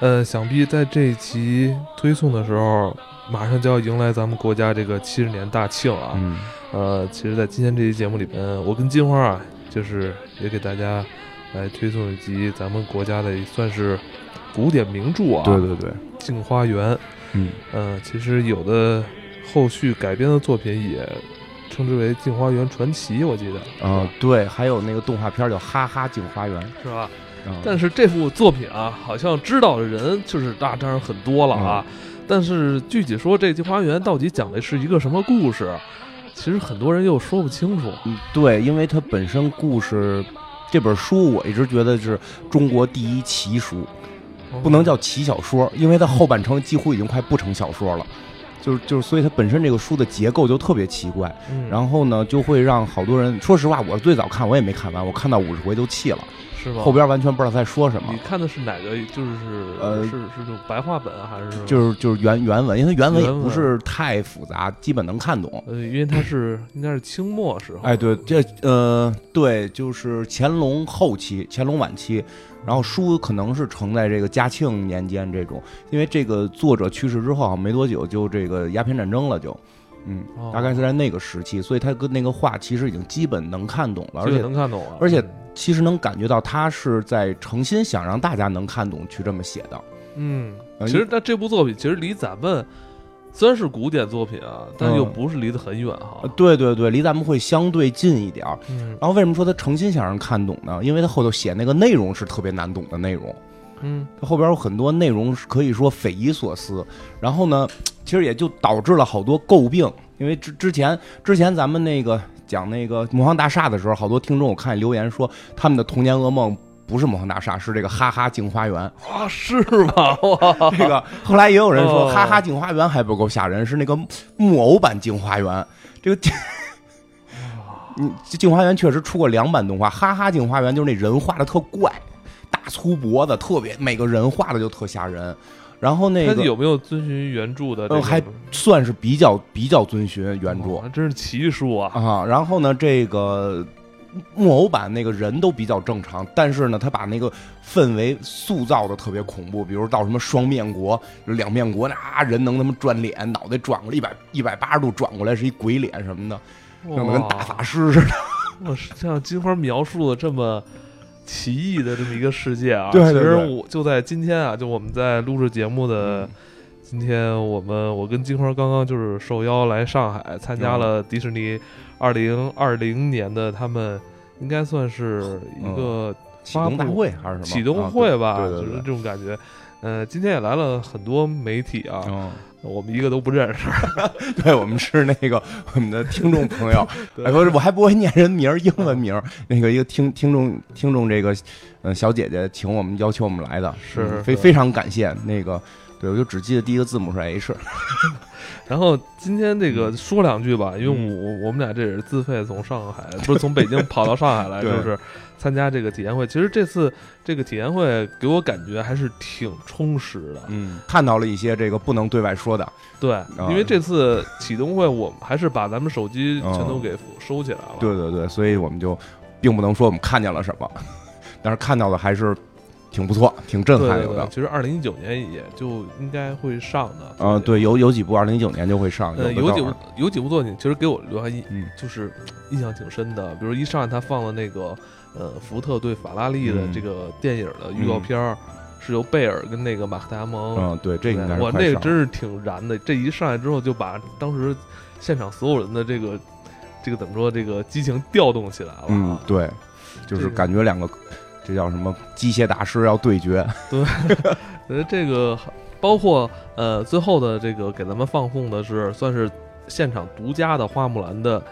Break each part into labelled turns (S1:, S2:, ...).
S1: 呃，想必在这一期推送的时候，马上就要迎来咱们国家这个七十年大庆啊。
S2: 嗯，
S1: 呃，其实，在今天这期节目里边，我跟金花啊，就是也给大家来推送一集咱们国家的算是古典名著啊，
S2: 对对对，
S1: 《镜花缘》。
S2: 嗯，
S1: 嗯，其实有的后续改编的作品也称之为《镜花缘传奇》，我记得
S2: 啊、对，还有那个动画片叫《哈哈镜花园》
S1: 是吧？
S2: 啊，
S1: 但是这部作品啊，好像知道的人就是那当然很多了啊，
S2: 嗯
S1: 但是具体说这《镜花缘》到底讲的是一个什么故事，其实很多人又说不清楚。
S2: 嗯，对，因为它本身故事这本书，我一直觉得是中国第一奇书，不能叫奇小说，因为它后半程几乎已经快不成小说了。就是就是，所以它本身这个书的结构就特别奇怪，
S1: 嗯，
S2: 然后呢，就会让好多人。说实话，我最早看我也没看完，我看到五十回就弃了，
S1: 是吧？
S2: 后边完全不知道在说什么
S1: 你。看的是哪个？就是
S2: 呃
S1: 是是那种白话本啊还是
S2: 就是就是原原文，因为它原文也
S1: 原文
S2: 不是太复杂，基本能看懂。
S1: 呃，因为它是应该是清末时候。
S2: 哎，对，这呃，对，就是乾隆后期、乾隆晚期，然后书可能是承在这个嘉庆年间这种，因为这个作者去世之后，好像啊没多久就这个鸦片战争了，就，嗯，
S1: 哦
S2: 大概是在那个时期，所以他跟那个话其实已经基本能看懂了，而
S1: 这个
S2: 且
S1: 能看懂啊，
S2: 而且其实能感觉到他是在诚心想让大家能看懂去这么写的，
S1: 嗯，
S2: 呃
S1: 其实那这部作品其实离咱们虽然是古典作品啊，但又
S2: 嗯
S1: 不是离得很远哈
S2: 呃。对对对，离咱们会相对近一点儿。
S1: 嗯
S2: 然后为什么说他诚心想让人看懂呢？因为他后头写那个内容是特别难懂的内容。
S1: 嗯，
S2: 它后边有很多内容是可以说匪夷所思，然后呢，其实也就导致了好多诟病。因为之之前之前咱们那个讲那个魔方大厦的时候，好多听众我看留言说他们的童年噩梦不是魔方大厦，是这个哈哈镜花园。
S1: 啊是吗？ 哇，
S2: 这个 后来也有人说
S1: 哦
S2: 哈哈镜花园还不够吓人，是那个木偶版镜花园。这个 镜，嗯，这镜花园确实出过两版动画，哈哈镜花园就是那人画的特怪，大粗脖子，特别每个人画的就特吓人。然后那
S1: 它
S2: 个
S1: 有没有遵循原著的这
S2: 呃
S1: 个？
S2: 还算是比较比较遵循原著
S1: 哇真是奇书啊！
S2: 啊。然后呢，这个木偶版那个人都比较正常，但是呢，他把那个氛围塑造的特别恐怖，比如到什么双面国、就两面国，那、啊、人能他妈转脸，脑袋转过来一百一百八十度转过来是一鬼脸什么的，弄得跟大法师似的。
S1: 我是像金花描述的这么奇异的这么一个世界啊！
S2: 对对
S1: 其实
S2: 对
S1: 我就在今天啊，就我们在录制节目的、
S2: 嗯
S1: 今天，我们我跟金花刚刚就是受邀来上海参加
S2: 嗯
S1: 了迪士尼二零二零年的他们。应该算是一个
S2: 启动大会还是什么
S1: 启动会吧，
S2: 啊对对
S1: 就是
S2: 对
S1: 这种感觉。呃，今天也来了很多媒体啊，
S2: 嗯，
S1: 我们一个都不认识。
S2: 对我们是那个我们的听众朋友，
S1: 对
S2: 哎，不是，我还不会念人名儿，英文名儿。那个一个听听众听众这个，呃，小姐姐请我们要求我们来的，
S1: 是
S2: 嗯
S1: 是
S2: 非非常感谢那个。对，我就只记得第一个字母是 H，
S1: 然后今天这
S2: 嗯
S1: 个说两句吧，因为我我们俩这也是自费从上海，不是从北京跑到上海来，
S2: 对
S1: 就是参加这个体验会。其实这次这个体验会给我感觉还是挺充实的，
S2: 嗯，啊看到了一些这个不能对外说的，
S1: 对，因为这次启动会我们还是把咱们手机全都给收起来了，
S2: 对对对，所以我们就并不能说我们看见了什么， 但是看到的还是挺不错，挺震
S1: 对
S2: 撼
S1: 对
S2: 有
S1: 对
S2: 的。
S1: 其实二零一九年也就应该会上的，
S2: 啊，对，有有几部二零一九年就会上，
S1: 呃，
S2: 的
S1: 有
S2: 到
S1: 几部有几部作品，其实给我留下印，
S2: 嗯
S1: 就是印象挺深的。比如一上来他放了那个呃福特对法拉利的
S2: 嗯
S1: 这个电影的预告片儿，是由贝尔跟那个马克达蒙。
S2: 嗯，对，这应该是
S1: 哦我
S2: 快
S1: 那个
S2: 上
S1: 真是挺燃的，这一上来之后就把当时现场所有人的这个这个怎么说这个激情调动起来了啊。
S2: 嗯，对，
S1: 这
S2: 就是
S1: 个
S2: 感觉两个，这叫什么机械大师要对决，
S1: 呃，这个包括呃最后的这个给咱们放送的是算是现场独家的花木兰的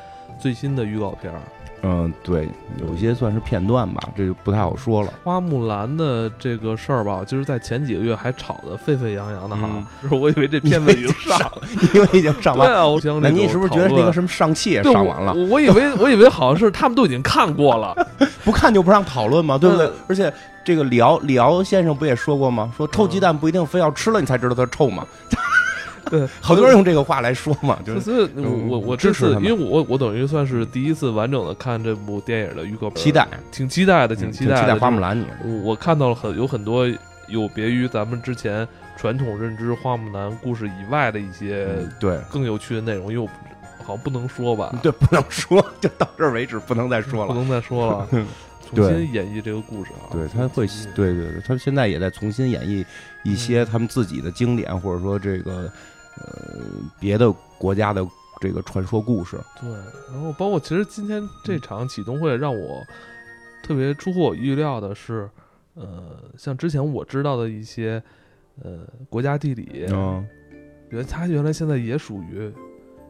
S1: 最新的预告片儿。
S2: 嗯，对，有一些算是片段吧，这就不太好说了。
S1: 花木兰的这个事儿吧，就是在前几个月还吵得沸沸扬扬的哈
S2: 嗯，
S1: 就是我以为这片子已经上了，
S2: 因为已经 上
S1: 对
S2: 完，
S1: 啊，我想那
S2: 那你
S1: 种
S2: 是不是觉得
S1: 讨
S2: 那
S1: 论
S2: 个什么上汽也
S1: 对
S2: 上
S1: 我
S2: 完了？
S1: 我我以为 我以为好像是他们都已经看过了，
S2: 不看就不让讨论嘛，对不对
S1: 嗯？
S2: 而且这个李敖李敖先生不也说过吗？说臭
S1: 嗯
S2: 鸡蛋不一定非要吃了你才知道它臭嘛。
S1: 对， 呃
S2: 好多人用这个话来说嘛， 就
S1: 就是所以我
S2: 嗯
S1: 我我
S2: 支
S1: 这
S2: 持
S1: 次
S2: 他
S1: 因
S2: 们
S1: 为我我等于算是第一次完整的看这部电影的预告片，
S2: 期待，
S1: 挺期待的，
S2: 嗯
S1: 挺
S2: 期
S1: 期待的，
S2: 花木兰你。
S1: 就是我我看到了很有很多有别于咱们之前传统认知花木兰故事以外的一些
S2: 嗯对
S1: 更有趣的内容，又好像不能说吧，
S2: 对，不能说，就到这儿为止，不能再说
S1: 不
S2: 了。
S1: 能再说 了，重
S2: 对
S1: 新演绎这个故事啊。
S2: 对，他会
S1: 重新，
S2: 对嗯对对，他现在也在重新演绎一些他们自己的经典，或者说这个呃别的国家的这个传说故事。
S1: 对，然后包括其实今天这场启动会让我特别出乎我预料的是，呃，像之前我知道的一些，呃，国家地理，
S2: 嗯，
S1: 原它原来现在也属于，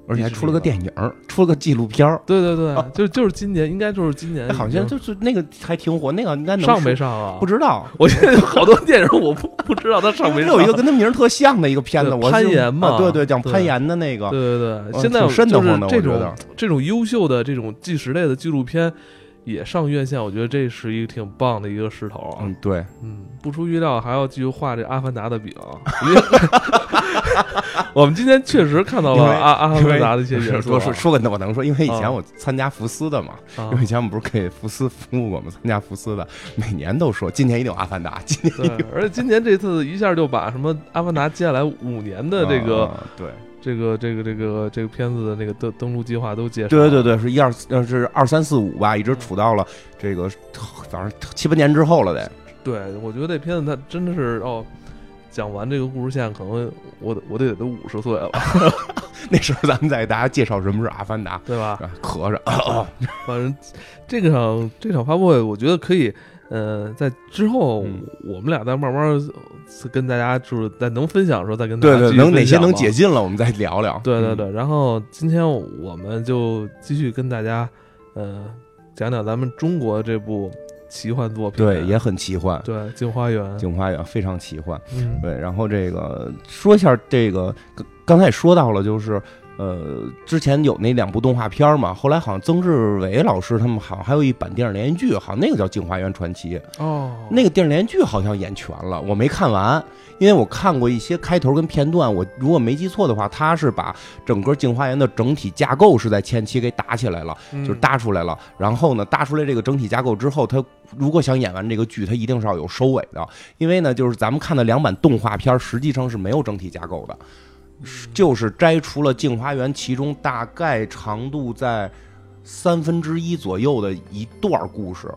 S2: 而且还出了个电影儿，出了个纪录片儿，
S1: 对对对，
S2: 啊
S1: 就就是今年，应该就是今年已经，
S2: 哎好像就是那个还挺火，那个应该能
S1: 上没
S2: 说
S1: 上啊？
S2: 不知道。
S1: 我现在有好多电影我不不知道它上
S2: 因
S1: 没
S2: 为
S1: 上。
S2: 有一个跟他名儿特像的一个片子，
S1: 对
S2: 我
S1: 攀
S2: 是
S1: 岩嘛
S2: 啊对对，讲
S1: 对
S2: 攀岩的那个，
S1: 对对对，
S2: 嗯
S1: 现在
S2: 挺瘆得
S1: 就是
S2: 慌的
S1: 这
S2: 我觉
S1: 种
S2: 得
S1: 这种优秀的这种纪实类的纪录片也上院线，我觉得这是一个挺棒的一个势头啊。
S2: 嗯，对，
S1: 嗯，不出预料，还要继续画这《阿凡达》的饼。 因为我们今天确实看到了
S2: 因为
S1: 阿阿
S2: 因
S1: 凡
S2: 为
S1: 达的一些元
S2: 是
S1: 素啊
S2: 说说说个我能说，因为以
S1: 啊
S2: 前我参加福斯的嘛，
S1: 啊
S2: 因为以前我们不是给福斯服务过吗？参加福斯的，每年都说今年一定有阿凡达，今年
S1: 对，而且今年这次一下就把什么《阿凡达》接下来五年的这个、
S2: 啊对
S1: 这个这个这个这个片子的那个登登陆计划都介绍了。
S2: 对对对对，是一二呃是二三四五吧，一直处到了这个呃反正七八年之后了得，
S1: 对，我觉得这片子它真的是哦，讲完这个故事线，可能我得我得都五十岁 了，
S2: 那时候咱们再给大家介绍什么是阿凡达，
S1: 对吧？
S2: 啊咳着，
S1: 反正这个场这场发布会，我觉得可以，呃，在之后
S2: 嗯
S1: 我们俩再慢慢呃跟大家就是在能分享的时候再跟大家
S2: 对对，
S1: 继续
S2: 能哪
S1: 分
S2: 些
S1: 享
S2: 能
S1: 吧
S2: 解？禁了，我们再聊聊。
S1: 对对
S2: 嗯
S1: 对，然后今天我们就继续跟大家，呃，讲讲咱们中国这部奇幻作品，
S2: 嗯
S1: 啊
S2: 对，也很奇幻，
S1: 对《镜花缘》，
S2: 镜花缘非常奇幻。
S1: 嗯，
S2: 对，然后这个说一下这个，刚刚才也说到了，就是呃，之前有那两部动画片儿嘛，后来好像曾志伟老师他们好像还有一版电影连续剧，好像那个叫《镜花缘传奇》，
S1: 哦，
S2: 那个电影连续剧好像演全了，我没看完，因为我看过一些开头跟片段，我如果没记错的话，他是把整个《镜花缘》的整体架构是在前期给打起来了。
S1: 嗯
S2: 就是搭出来了。然后呢，搭出来这个整体架构之后，他如果想演完这个剧，他一定是要有收尾的，因为呢，就是咱们看的两版动画片儿实际上是没有整体架构的，是就是摘除了《镜花缘》其中大概长度在三分之一左右的一段儿故事。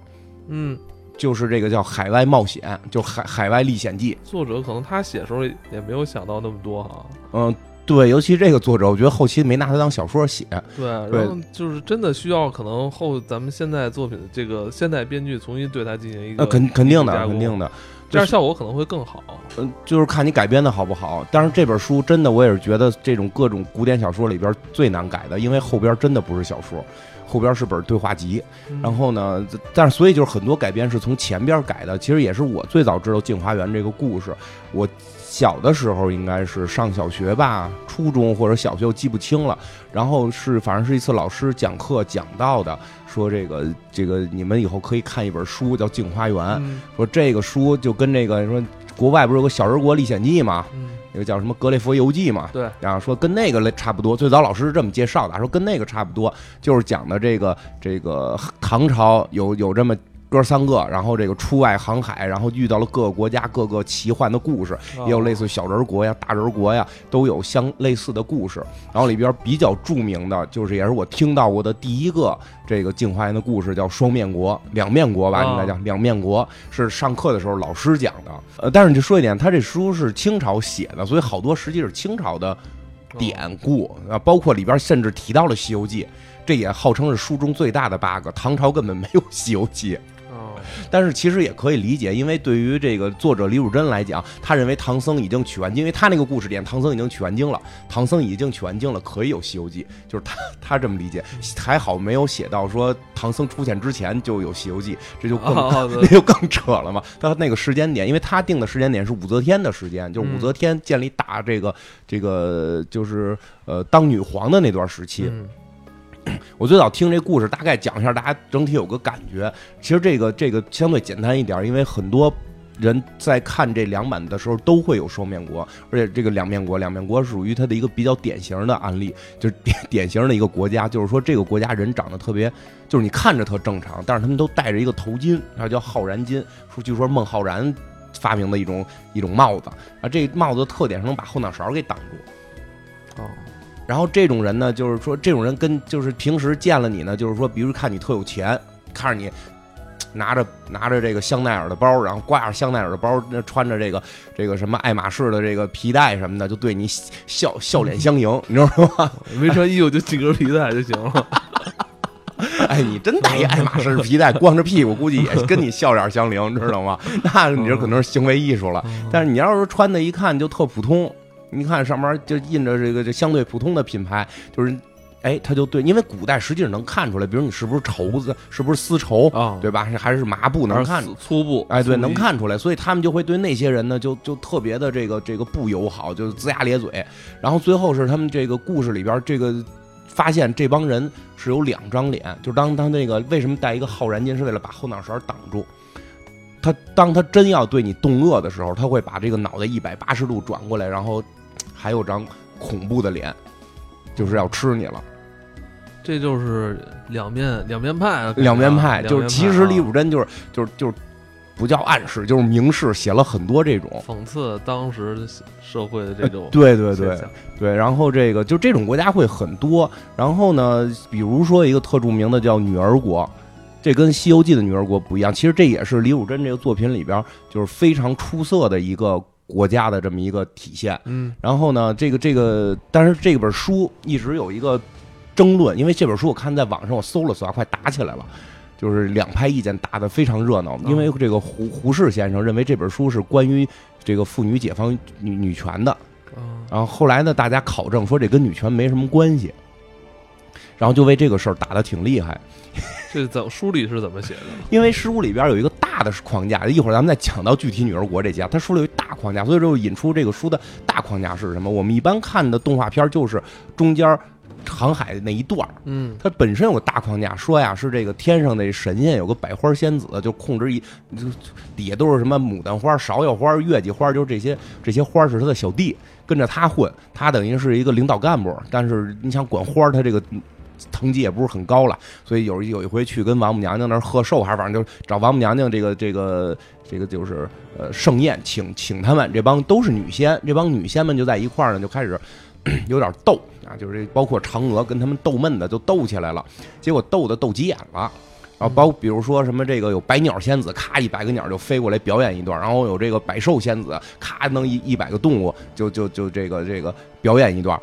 S1: 嗯，
S2: 就是这个叫海外冒险，就海海外历险记。
S1: 作者可能他写的时候也没有想到那么多哈，
S2: 嗯，对，尤其这个作者，我觉得后期没拿他当小说写。
S1: 对，
S2: 对
S1: 然后就是真的需要可能后咱们现在作品的这个现代编剧重新对它进行一个
S2: 那呃肯肯定的
S1: 艺术加，工
S2: 肯定的。
S1: 这样效果可能会更好。
S2: 嗯，就是看你改编的好不好。但是这本书真的，我也是觉得这种各种古典小说里边最难改的，因为后边真的不是小说，后边是本对话集。然后呢，这但是所以就是很多改编是从前边改的。其实也是我最早知道《镜花缘》这个故事，我小的时候应该是上小学吧，初中或者小学，我记不清了。然后是反正是一次老师讲课讲到的，说这个这个你们以后可以看一本书叫《镜花缘》。
S1: 嗯，
S2: 说这个书就跟那个说国外不是有个《小人国历险记》嘛，
S1: 嗯，
S2: 那个叫什么《格列佛游记》嘛，
S1: 对，
S2: 然后说跟那个类差不多。最早老师是这么介绍的，说跟那个差不多，就是讲的这个这个唐朝有有这么。哥三个，然后这个出外航海，然后遇到了各个国家各个奇幻的故事，
S1: 哦
S2: 也有类似小人国呀、大人国呀，都有相类似的故事。然后里边比较著名的，就是也是我听到过的第一个这个镜花缘的故事，叫双面国、两面国吧，
S1: 啊
S2: 应该叫两面国，是上课的时候老师讲的。呃，但是你就说一点，他这书是清朝写的，所以好多实际是清朝的
S1: 哦
S2: 典故啊，包括里边甚至提到了《西游记》。这也号称是书中最大的 bug，唐朝根本没有《西游记》。
S1: 哦，
S2: 但是其实也可以理解，因为对于这个作者李汝珍来讲，他认为唐僧已经取完经，因为他那个故事点，唐僧已经取完经了，唐僧已经取完经了，可以有《西游记》，就是他 他这么理解，还好没有写到说唐僧出现之前就有《西游记》，这就更、
S1: 哦
S2: 那就更扯了嘛。他那个时间点，因为他定的时间点是武则天的时间，
S1: 嗯
S2: 就是武则天建立大这个这个就是呃当女皇的那段时期。
S1: 嗯
S2: 我最早听这故事，大概讲一下，大家整体有个感觉。其实这个这个相对简单一点，因为很多人在看这两版的时候都会有双面国，而且这个两面国，两面国属于它的一个比较典型的案例，就是 典典型的一个国家，就是说这个国家人长得特别，就是你看着特正常，但是他们都戴着一个头巾，然后叫浩然巾，说据说孟浩然。发明的一种一种帽子啊。这帽子的特点是能把后脑勺给挡住。
S1: 哦，
S2: 然后这种人呢，就是说这种人跟就是平时见了你呢，就是说，比如看你特有钱，看着你嘖拿着拿着这个香奈儿的包，然后挂着香奈儿的包，那穿着这个这个什么爱马仕的这个皮带什么的，就对你笑笑脸相迎，你知道吗？
S1: 没穿衣服就系根皮带就行了。
S2: 哎，你真带一爱马仕皮带，光着屁股，估计也跟你笑脸相迎，知道吗？那你这可能是行为艺术了。但是你要是穿的一看就特普通，你看上面就印着这个这相对普通的品牌，就是，哎，他就对，因为古代实际上能看出来，比如你是不是绸子，是不是丝绸，
S1: 啊，
S2: 对吧？还是还是麻布哦能看。
S1: 粗布，
S2: 哎，对，
S1: 粗
S2: 能
S1: 衣，
S2: 看出来，所以他们就会对那些人呢，就就特别的这个这个不友好，就是龇牙咧嘴。然后最后是他们这个故事里边，这个发现这帮人是有两张脸，就当他那个为什么戴一个浩然巾，是为了把后脑勺挡住。他当他真要对你动恶的时候，他会把这个脑袋一百八十度转过来，然后还有张恐怖的脸，就是要吃你了。
S1: 这就是两面两面派啊，
S2: 两面派
S1: 感觉啊
S2: 就是，其实
S1: 两面派啊
S2: 李武珍就是就是就是不叫暗示，就是明示，写了很多这种。
S1: 讽刺当时社会的这种
S2: 对呃对对
S1: 现象
S2: 对，然后这个就这种国家会很多。然后呢，比如说一个特著名的叫女儿国，这跟《西游记》的女儿国不一样。其实这也是李汝珍这个作品里边就是非常出色的一个国家的这么一个体现。
S1: 嗯
S2: 然后呢，这个这个，但是这本书一直有一个争论，因为这本书我看在网上我搜了搜啊，快打起来了。就是两派意见打得非常热闹，因为这个胡胡适先生认为这本书是关于这个妇女解放女女权的，
S1: 啊，
S2: 然后后来呢，大家考证说这跟女权没什么关系，然后就为这个事儿打得挺厉害。
S1: 这怎书里是怎么写的？
S2: 因为书里边有一个大的框架，一会儿咱们再讲到具体女儿国这家，它书里有一大框架，所以就引出这个书的大框架是什么。我们一般看的动画片就是中间航海那一段儿
S1: 嗯
S2: 它本身有个大框架，说呀是这个天上的神仙有个百花仙子，就控制一，就底下都是什么牡丹花、芍药花、月季花，就是这些这些花是他的小弟，跟着他混，他等于是一个领导干部，但是你想管花，他这个。层级也不是很高了，所以有一有一回去跟王母娘娘那儿贺寿，还是反正就是找王母娘娘这个这个这个就是呃盛宴，请请他们这帮都是女仙，这帮女仙们就在一块儿呢，就开始有点斗啊，就是这包括嫦娥跟他们斗闷的就斗起来了，结果斗的斗急眼了。然后包比如说什么这个有百鸟仙子，咔一百个鸟就飞过来表演一段，然后有这个百兽仙子，咔弄一一百个动物就就就这个这个表演一段，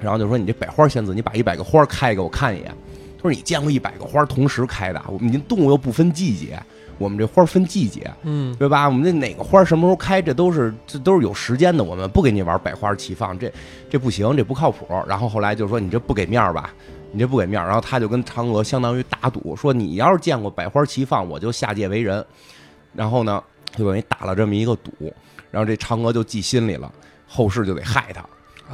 S2: 然后就说你这百花仙子，你把一百个花开给我看一眼。他说你见过一百个花同时开的？我们这动物又不分季节，我们这花分季节，
S1: 嗯，
S2: 对吧？我们这哪个花什么时候开，这都是这都是有时间的。我们不给你玩百花齐放，这这不行，这不靠谱。然后后来就说你这不给面儿吧，你这不给面儿。然后他就跟嫦娥相当于打赌，说你要是见过百花齐放，我就下界为人。然后呢，就等于打了这么一个赌。然后这嫦娥就记心里了，后世就得害他。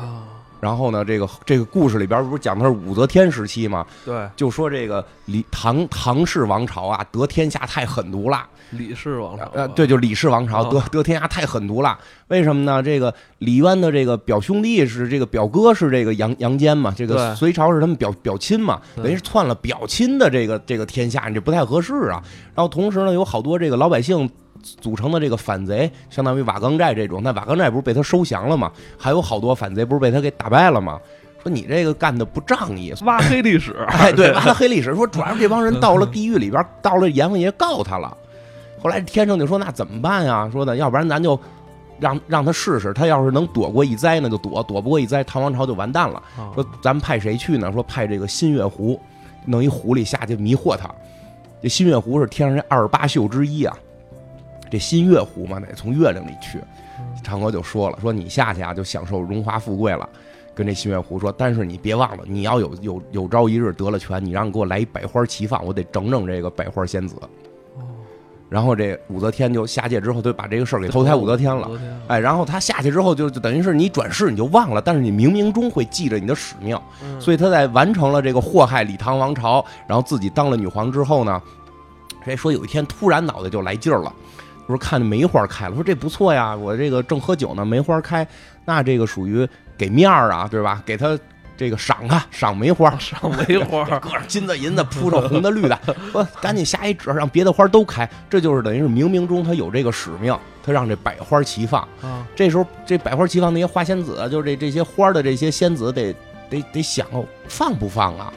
S1: 啊，
S2: 然后呢，这个这个故事里边不是讲的是武则天时期吗？
S1: 对，
S2: 就说这个李唐唐氏王朝啊，得天下太狠毒了。
S1: 李氏王朝，啊哦
S2: 呃，对，，就李氏王朝得得天下太狠毒了。为什么呢？这个李渊的这个表兄弟是这个表哥是这个杨杨坚嘛，这个
S1: 对
S2: 隋朝是他们表表亲嘛，
S1: 对
S2: 等于是篡了表亲的这个这个天下，你这不太合适啊。然后同时呢，有好多这个老百姓。组成的这个反贼，相当于瓦岗寨这种，但瓦岗寨不是被他收降了吗？还有好多反贼不是被他给打败了吗？说你这个干的不仗义，
S1: 挖黑历史，
S2: 哎，对，挖了黑历史，说主要是这帮人到了地狱里边，到了阎王爷告他了。后来天上就说那怎么办呀？说呢，要不然咱就让让他试试，他要是能躲过一灾那就躲，躲不过一灾，唐王朝就完蛋了。
S1: 啊
S2: 说咱们派谁去呢？说派这个新月狐，弄一狐狸下去迷惑他。这新月狐是天上这二十八宿之一啊，这新月狐嘛，得从月亮里去。嫦娥就说了，说你下去啊，就享受荣华富贵了。跟这新月狐说，但是你别忘了，你要有有有朝一日得了权，你让给我来一百花齐放，我得整整这个百花仙子。
S1: 哦
S2: 然后这武则天就下界之后，就把这个事儿给投胎武则天了
S1: 武。则天了，
S2: 哎，然后他下去之后就，就等于是你转世你就忘了，但是你冥冥中会记着你的使命，
S1: 嗯
S2: 所以他在完成了这个祸害李唐王朝，然后自己当了女皇之后呢，谁说有一天突然脑袋就来劲儿了，说看梅花开了，说这不错呀，我这个正喝酒呢，梅花开，那这个属于给面儿啊，对吧？给他这个赏啊，赏梅花，
S1: 上梅花儿，
S2: 各种金子银子铺上红的绿的，说赶紧下一纸，让别的花都开。这就是等于是冥冥中他有这个使命，他让这百花齐放。
S1: 啊，
S2: 这时候这百花齐放那些花仙子，啊就是这这些花的这些仙子得得得想哦，放不放啊？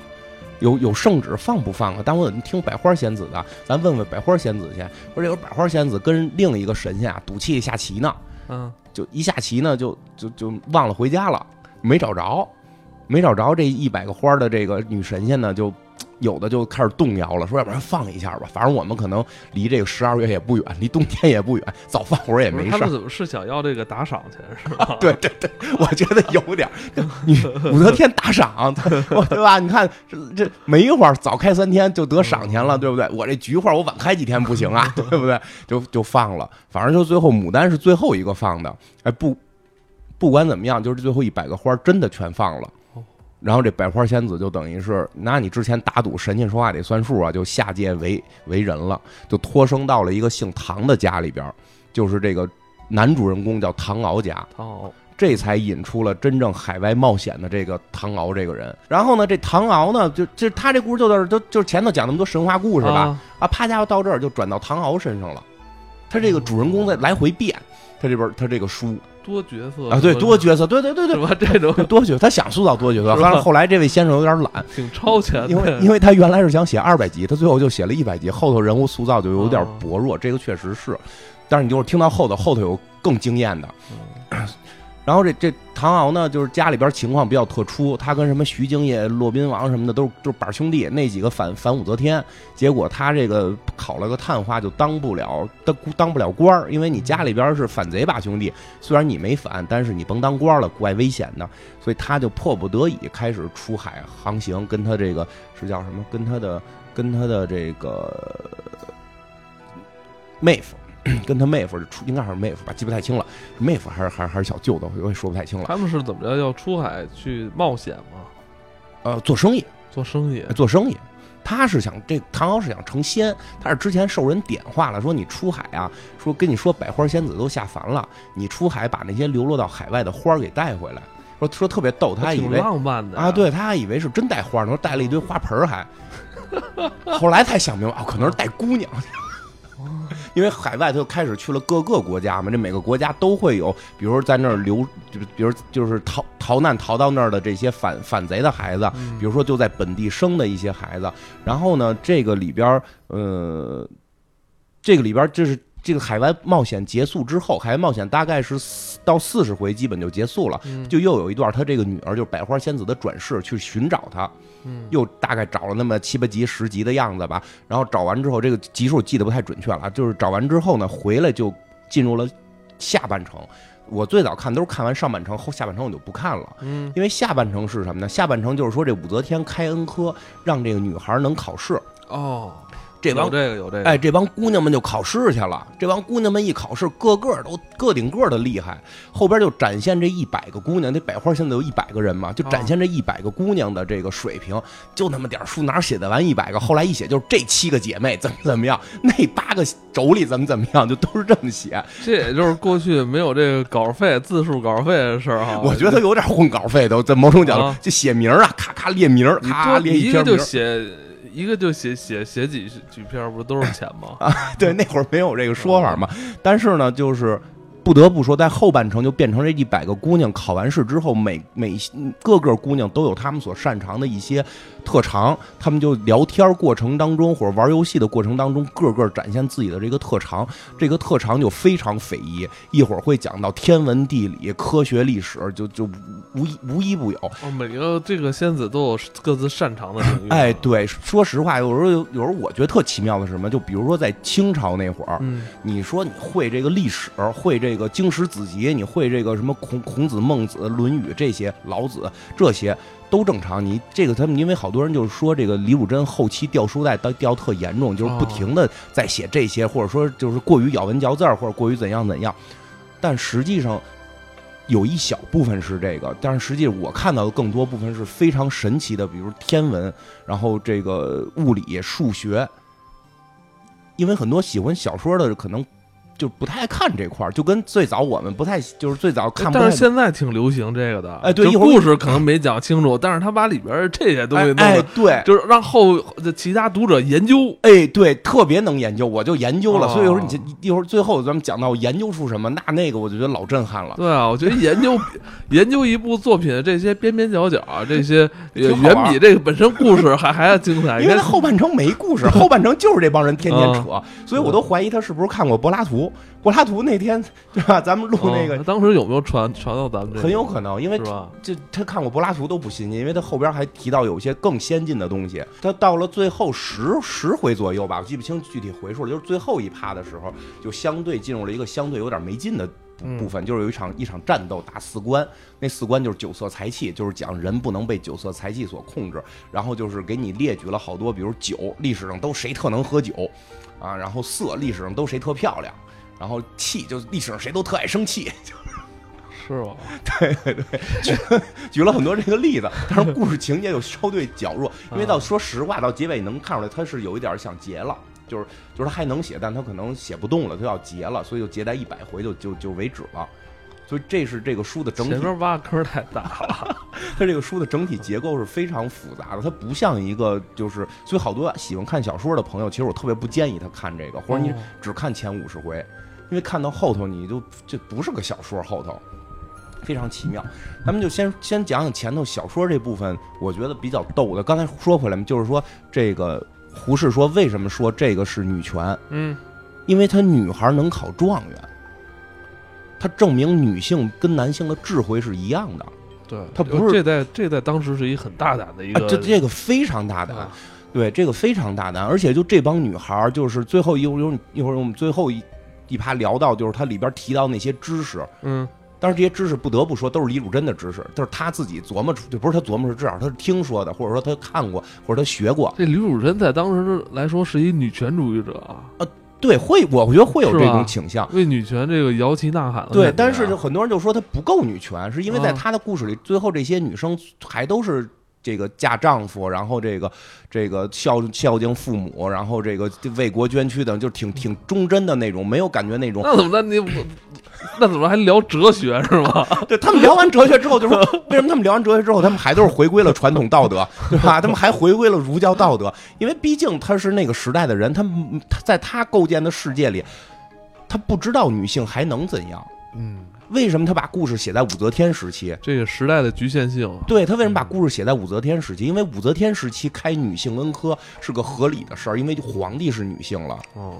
S2: 有有圣旨放不放啊？但我怎么听百花仙子的？咱问问百花仙子去。说这有百花仙子跟另一个神仙啊赌气下棋呢，
S1: 嗯
S2: 就一下棋呢就就就忘了回家了，没找着，没找着这一百个花的这个女神仙呢就。有的就开始动摇了，说要不然放一下吧，反正我们可能离这个十二月也不远，离冬天也不远，早饭会儿也
S1: 不是
S2: 没
S1: 他
S2: 事儿
S1: 们。怎么是想要这个打赏钱是吧？
S2: 对对对，我觉得有点儿，你武则天打赏，我对吧？你看这这梅花早开三天就得赏钱了，对不对？我这菊花我晚开几天不行啊， 对不对？就就放了，反正就最后牡丹是最后一个放的，哎不，不管怎么样，就是最后一百个花真的全放了
S1: 哦。
S2: 然后这百花仙子就等于是拿你之前打赌神仙说话得算数啊，就下界为为人了，就托生到了一个姓唐的家里边儿，就是这个男主人公叫唐敖家。
S1: 唐敖，
S2: 这才引出了真正海外冒险的这个唐敖这个人。然后呢，这唐敖呢，就就他这故事就到这儿，就就是前头讲那么多神话故事吧，
S1: 啊？
S2: 啊，啪家伙到这儿就转到唐敖身上了。他这个主人公在来回变，他这边他这个书
S1: 多角色
S2: 啊，对，
S1: 多
S2: 多角色，对对对
S1: 什
S2: 对，
S1: 么这种
S2: 多角色，他想塑造多角色，
S1: 是吧
S2: 但是后来这位先生有点懒，
S1: 挺超前的，
S2: 因 为因为他原来是想写二百集，他最后就写了一百集，后头人物塑造就有点薄弱，这个确实是。但是你就是听到后头，后头有更惊艳的。 然后这这唐敖呢，就是家里边情况比较特殊，他跟什么徐敬业、骆宾王什么的都是都是板兄弟，那几个反反武则天，结果他这个考了个探花就当不了，当当不了官儿，因为你家里边是反贼把兄弟，虽然你没反，但是你甭当官了，怪危险的，所以他就迫不得已开始出海航行，跟他这个是叫什么？跟他的跟他的这个呃妹夫， 跟他妹夫是出应该还是妹夫吧，记不太清了，是妹夫还是还是还是小舅子，我也说不太清了。
S1: 他们是怎么着要出海去冒险嘛？
S2: 呃，做生意，
S1: 做生意，
S2: 做生意。他是想这唐敖是想成仙，他是之前受人点化了，说你出海啊，说跟你说百花仙子都下凡了，你出海把那些流落到海外的花儿给带回来，说说特别逗，他还以
S1: 挺
S2: 为
S1: 浪漫的
S2: 啊，，对他还以为是真带花呢，说带了一堆花盆儿还，后来才想明白，哦，可能是带姑娘。 因为海外他就开始去了各个国家嘛，这每个国家都会有，比如在那儿留，就是比如就是逃逃难逃到那儿的这些反反贼的孩子，
S1: 嗯
S2: 比如说就在本地生的一些孩子。然后呢，这个里边儿呃，这个里边儿这是这个海外冒险结束之后，海外冒险大概是四到四十回，基本就结束了。
S1: 嗯
S2: 就又有一段他这个女儿就是百花仙子的转世去寻找他，
S1: 嗯
S2: 又大概找了那么七八集十集的样子吧。然后找完之后，这个集数记得不太准确了啊，就是找完之后呢，回来就进入了下半程。我最早看都是看完上半程，后下半程我就不看了。
S1: 嗯
S2: 因为下半程是什么呢？下半程就是说这武则天开恩科，让这个女孩能考试，
S1: 哦，
S2: 这帮
S1: 有这个有这个，
S2: 哎，这帮姑娘们就考试去了。这帮姑娘们一考试，个个都个顶个的厉害。后边就展现这一百个姑娘，那百花现在有一百个人嘛，就
S1: 哦
S2: 展现这一百个姑娘的这个水平，就那么点儿书，哪写得完一百个？后来一写就是这七个姐妹怎么怎么样，那八个妯娌怎么怎么样，就都是这么写。
S1: 这也就是过去没有这个稿费字数稿费的事儿哈。
S2: 我觉得有点混稿费都，在某种角度
S1: 啊
S2: 就写名儿啊，咔咔列名儿，
S1: 你
S2: 咔
S1: 多
S2: 列
S1: 你一
S2: 篇
S1: 个
S2: 名
S1: 就
S2: 儿。
S1: 写一个就写写写几几篇儿，不都是钱吗？
S2: 对，那会儿没有这个说法嘛。但是呢，就是不得不说，在后半程就变成这一百个姑娘考完试之后，每每各个姑娘都有她们所擅长的一些特长，她们就聊天过程当中或者玩游戏的过程当中，个个展现自己的这个特长。这个特长就非常匪夷，一会儿会讲到天文地理、科学、历史，就就无一无一不有。
S1: 哦，每个这个仙子都有各自擅长的领域。啊
S2: 哎，，对，说实话，有时候有有时候我觉得特奇妙的是什么？就比如说在清朝那会儿，
S1: 嗯，
S2: 你说你会这个历史，会这个经史子集，你会这个什么孔孔子、孟子、论语这些，老子这些都正常。你这个他们因为好多人就是说这个李武珍后期掉书袋掉掉特严重，就是不停的在写这些，或者说就是过于咬文嚼字儿，或者过于怎样怎样。但实际上有一小部分是这个，但是实际我看到的更多部分是非常神奇的，比如天文，然后这个物理、数学。因为很多喜欢小说的，可能就不太爱看这块儿，就跟最早我们不太就是最早看不太
S1: 哎但是现在挺流行这个的，
S2: 哎对
S1: 就
S2: 一会儿
S1: 故事可能没讲清楚，但是他把里边这些东西弄
S2: 哎哎
S1: 的，
S2: 对。
S1: 就是让后其他读者研究。
S2: 哎，对，特别能研究，我就研究了。
S1: 哦
S2: 所以说，你这一会儿最后咱们讲到研究出什么，那那个我就觉得老震撼了。
S1: 对啊，我觉得研 究研究一部作品的这些边边角角，这些呃
S2: 挺好玩
S1: 远比这个本身故事还还要精彩。
S2: 因为
S1: 你
S2: 他
S1: 看
S2: 后半程没 故事，后半程就是这帮人天天
S1: 嗯
S2: 扯，所以我都怀疑他是不是看过柏拉图。柏拉图那天对吧？咱们录
S1: 嗯
S2: 那个
S1: 当时有没有传传到咱们这？
S2: 很有可能，因为
S1: 是吧？
S2: 这他看过柏拉图都不新鲜，因为他后边还提到有一些更先进的东西。他到了最后十十回左右吧，我记不清具体回数了，就是最后一趴的时候，就相对进入了一个相对有点没劲的部
S1: 嗯
S2: 部分，就是有一场一场战斗打四关，那四关就是酒色财气，就是讲人不能被酒色财气所控制。然后就是给你列举了好多，比如酒，历史上都谁特能喝酒啊，然后色，历史上都谁特漂亮。然后气就历史上谁都特爱生气，
S1: 是吧？
S2: 举了很多这个例子，但是故事情节又稍对较弱，因为到说实话，到结尾能看出来他是有一点想结了，就是就是他还能写，但他可能写不动了，他要结了，所以就结在一百回就就就为止了。所以这是这个书的整体
S1: 前，面挖坑太大了。
S2: 它这个书的整体结构是非常复杂的，它不像一个就是，所以好多喜欢看小说的朋友，其实我特别不建议他看这个，或者你
S1: 哦
S2: 只看前五十回，因为看到后头你就这不是个小说后头。非常奇妙，咱们就先先讲讲前头小说这部分，我觉得比较逗的。刚才说回来嘛，就是说这个胡适说为什么说这个是女权，
S1: 嗯，
S2: 因为她女孩能考状元，她证明女性跟男性的智慧是一样的。
S1: 对，
S2: 它不是
S1: 这在这在当时是一很大胆的一
S2: 啊
S1: 个，
S2: 这这个非常大胆，
S1: 啊
S2: 对，这个非常大胆，而且就这帮女孩儿，就是最后一会儿一会儿我们最后一一趴聊到，就是它里边提到那些知识，
S1: 嗯
S2: 当然这些知识不得不说都是李汝珍的知识，都是他自己琢磨出，就不是他琢磨出，至少他是听说的，或者说他看过，或者他学过，
S1: 这李汝珍在当时来说是一女权主义者啊，
S2: 对，会，我觉得会有
S1: 是
S2: 这
S1: 吧
S2: 种倾向。
S1: 为女权这个摇旗呐喊的感觉啊。
S2: 对，但是就很多人就说她不够女权，是因为在
S1: 嗯
S2: 她的故事里，最后这些女生还都是这个嫁丈夫，然后这个这个孝孝敬父母，然后这个为国捐躯的，就是挺挺忠贞的那种，没有感觉那种。
S1: 嗯那怎么那你我那怎么还聊哲学是吗？
S2: 对他们聊完哲学之后，就说为什么他们聊完哲学之后，他们还都是回归了传统道德，对吧？他们还回归了儒教道德，因为毕竟他是那个时代的人，他们他在他构建的世界里，他不知道女性还能怎样。
S1: 嗯，
S2: 为什么他把故事写在武则天时期？
S1: 这个时代的局限性啊，
S2: 对他为什么把故事写在武则天时期？因为武则天时期开女性恩科是个合理的事儿，因为皇帝是女性了。
S1: 哦，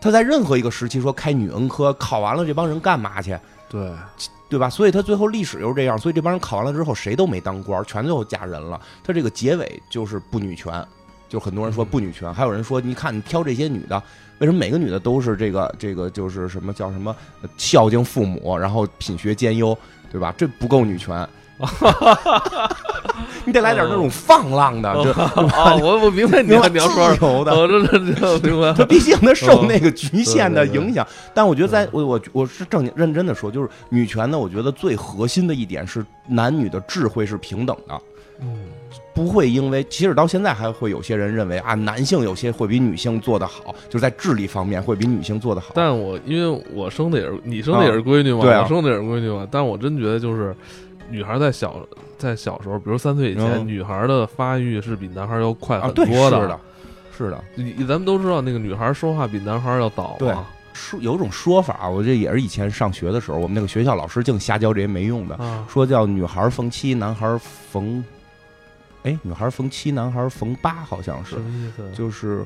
S2: 他在任何一个时期说开女恩科，考完了这帮人干嘛去，啊
S1: 对，
S2: 对吧？所以他最后历史又是这样，所以这帮人考完了之后谁都没当官，全最后嫁人了。他这个结尾就是不女权，就很多人说不女权，还有人说你看你挑这些女的，为什么每个女的都是这个这个就是什么叫什么呃孝敬父母，然后品学兼优，对吧？这不够女权。 你得来点那种放浪的，这
S1: 啊，我我明白你
S2: 明
S1: 要
S2: 白
S1: 你要说什
S2: 自由
S1: 么，哦
S2: 的。
S1: 我这这这明白
S2: 他
S1: 了。
S2: 毕竟他受那个局限
S1: 嗯对
S2: 的
S1: 对对嗯
S2: 影响，但我觉得在我我我是正经认真的说，就是女权呢，我觉得最核心的一点是男女的智慧是平等的，
S1: 嗯，
S2: 不会因为即使到现在还会有些人认为啊，男性有些会比女性做得好，就是在智力方面会比女性做得好。
S1: 但我因为我生的也是你生的也是闺女嘛，
S2: 啊对啊
S1: 我生的也是闺女嘛，但我真觉得就是女孩在小在小时候，比如三岁以前，
S2: 嗯
S1: 女孩的发育是比男孩要快
S2: 啊，
S1: 很
S2: 对，
S1: 多
S2: 是
S1: 的。
S2: 的，是的。
S1: 你咱们都知道，那个女孩说话比男孩要早嘛。啊
S2: 对说有种说法，啊我这也是以前上学的时候，我们那个学校老师净瞎教这些没用的，
S1: 啊，
S2: 说叫女孩逢七，男孩逢，哎，女孩逢七，男孩逢八，好像是
S1: 什。么意思？
S2: 就是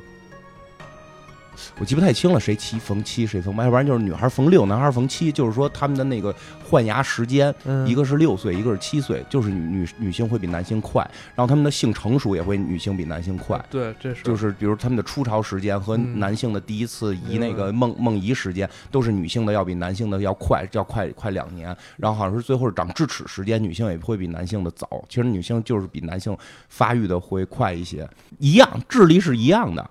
S2: 我记不太清了，谁七逢七，谁逢八，要不然就是女孩逢六，男孩逢七，就是说他们的那个换牙时间，
S1: 嗯
S2: 一个是六岁，一个是七岁，就是女女女性会比男性快，然后他们的性成熟也会女性比男性快。
S1: 对，这是
S2: 就是比如他们的初潮时间和
S1: 嗯
S2: 男性的第一次移
S1: 明白
S2: 那个梦梦遗时间，都是女性的要比男性的要快，要快快两年。然后好像是最后是长智齿时间，女性也会比男性的早。其实女性就是比男性发育的会快一些，一样智力是一样的。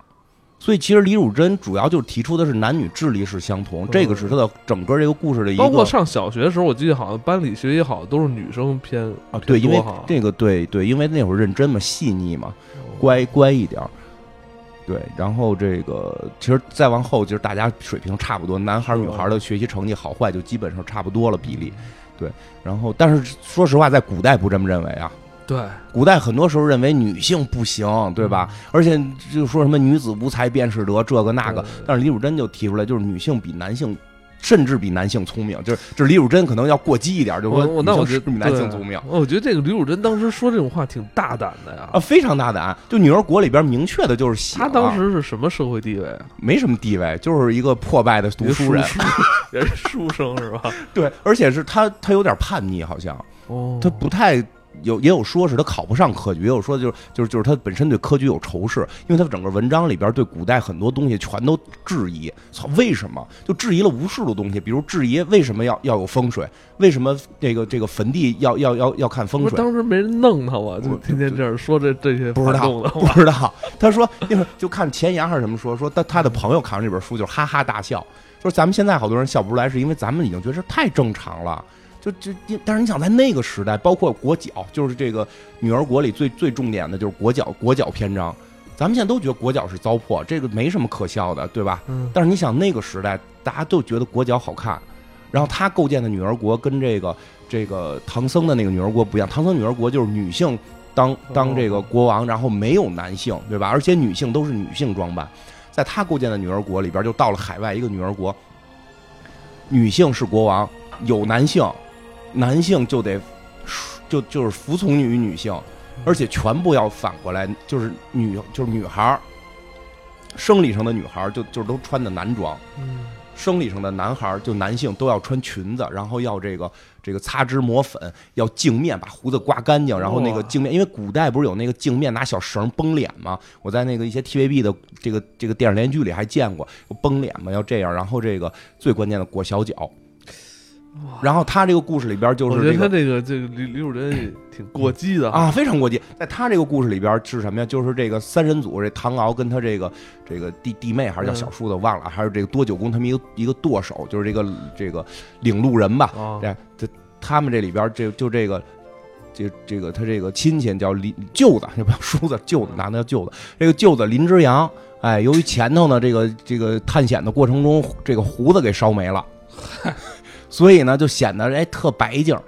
S2: 所以其实李汝珍主要就提出的是男女智力是相同，这个是她的整个这个故事的一个
S1: 包括上小学的时候，我记得好像班里学习好的都是女生偏
S2: 啊，对，因为
S1: 多哈
S2: 这个对对，因为那会儿认真嘛，细腻嘛，乖乖一点儿。对，然后这个其实再往后，就是大家水平差不多，男孩儿
S1: 嗯
S2: 女孩儿的学习成绩好坏就基本上差不多了比例。对，然后但是说实话，在古代不这么认为啊。
S1: 对，
S2: 古代很多时候认为女性不行，对
S1: 嗯
S2: 吧？而且就说什么女子无才便是德，这个那个
S1: 对对。
S2: 但是李汝珍就提出来，就是女性比男性，甚至比男性聪明。就是就是李汝珍可能要过激一点，就是
S1: 我
S2: 说
S1: 我那我
S2: 女
S1: 觉
S2: 性是
S1: 得
S2: 比男性
S1: 对
S2: 聪明。
S1: 我觉得这个李汝珍当时说这种话挺大胆的呀。
S2: 啊，非常大胆！就《女儿国》里边明确的就是写了，
S1: 他当时是什么社会地位啊？
S2: 没什么地位，就是一个破败的读书人。
S1: 也是书生是吧？
S2: 对，而且是他，他有点叛逆，好像
S1: 哦，
S2: 他不太有，也有说是他考不上科举，也有说就是就是就是他本身对科举有仇视，因为他整个文章里边对古代很多东西全都质疑，操，为什么就质疑了无数的东西，比如质疑为什么要要有风水，为什么这个这个坟地要要要要看风
S1: 不是
S2: 水，
S1: 当时没人弄他吗？就
S2: 我
S1: 天天这样说这这些
S2: 不知道
S1: 反动 的
S2: 不
S1: 话。
S2: 知道。他说那会儿就看前言还是什么说，说他他的朋友看完这本书就哈哈大笑，说咱们现在好多人笑不出来，是因为咱们已经觉得是太正常了。就就，因但是你想在那个时代，包括国脚，就是这个《女儿国》里最最重点的就是国脚国脚篇章，咱们现在都觉得国脚是糟粕，这个没什么可笑的，对吧？
S1: 嗯，
S2: 但是你想那个时代，大家都觉得国脚好看，然后他构建的女儿国跟这个这个唐僧的那个女儿国不一样，唐僧女儿国就是女性当当这个国王，然后没有男性，对吧？而且女性都是女性装扮，在他构建的女儿国里边，就到了海外一个女儿国，女性是国王，有男性，男性就得就就是服从于女性，而且全部要反过来，就是女就是女孩儿，生理上的女孩儿就就是都穿的男装，
S1: 嗯
S2: 生理上的男孩儿就男性都要穿裙子，然后要这个这个擦脂抹粉，要镜面把胡子刮干净，然后那个
S1: 哇
S2: 镜面，因为古代不是有那个镜面拿小绳绷脸吗？我在那个一些 TVB 的这个这个电视连续剧里还见过绷脸嘛，要这样，然后这个最关键的裹小脚。然后他这个故事里边就
S1: 嗯我
S2: 是
S1: 觉得
S2: 这个
S1: 他这个这个李李汝珍也挺过激的
S2: 啊，非常过激。在他这个故事里边是什么呀？就是这个三人组，这唐敖跟他这个这个弟弟妹还是叫小叔子，忘了，还有这个多九公他们一个一个剁手，就是这个这个领路人吧。
S1: 啊，
S2: 这这他们这里边这就这个。这这个他这个亲戚叫林舅子，这不叔子舅子，男的叫舅子。这个舅子林之阳，哎，由于前头呢这个这个探险的过程中，这个胡子给烧没了，所以呢就显得哎特白净儿，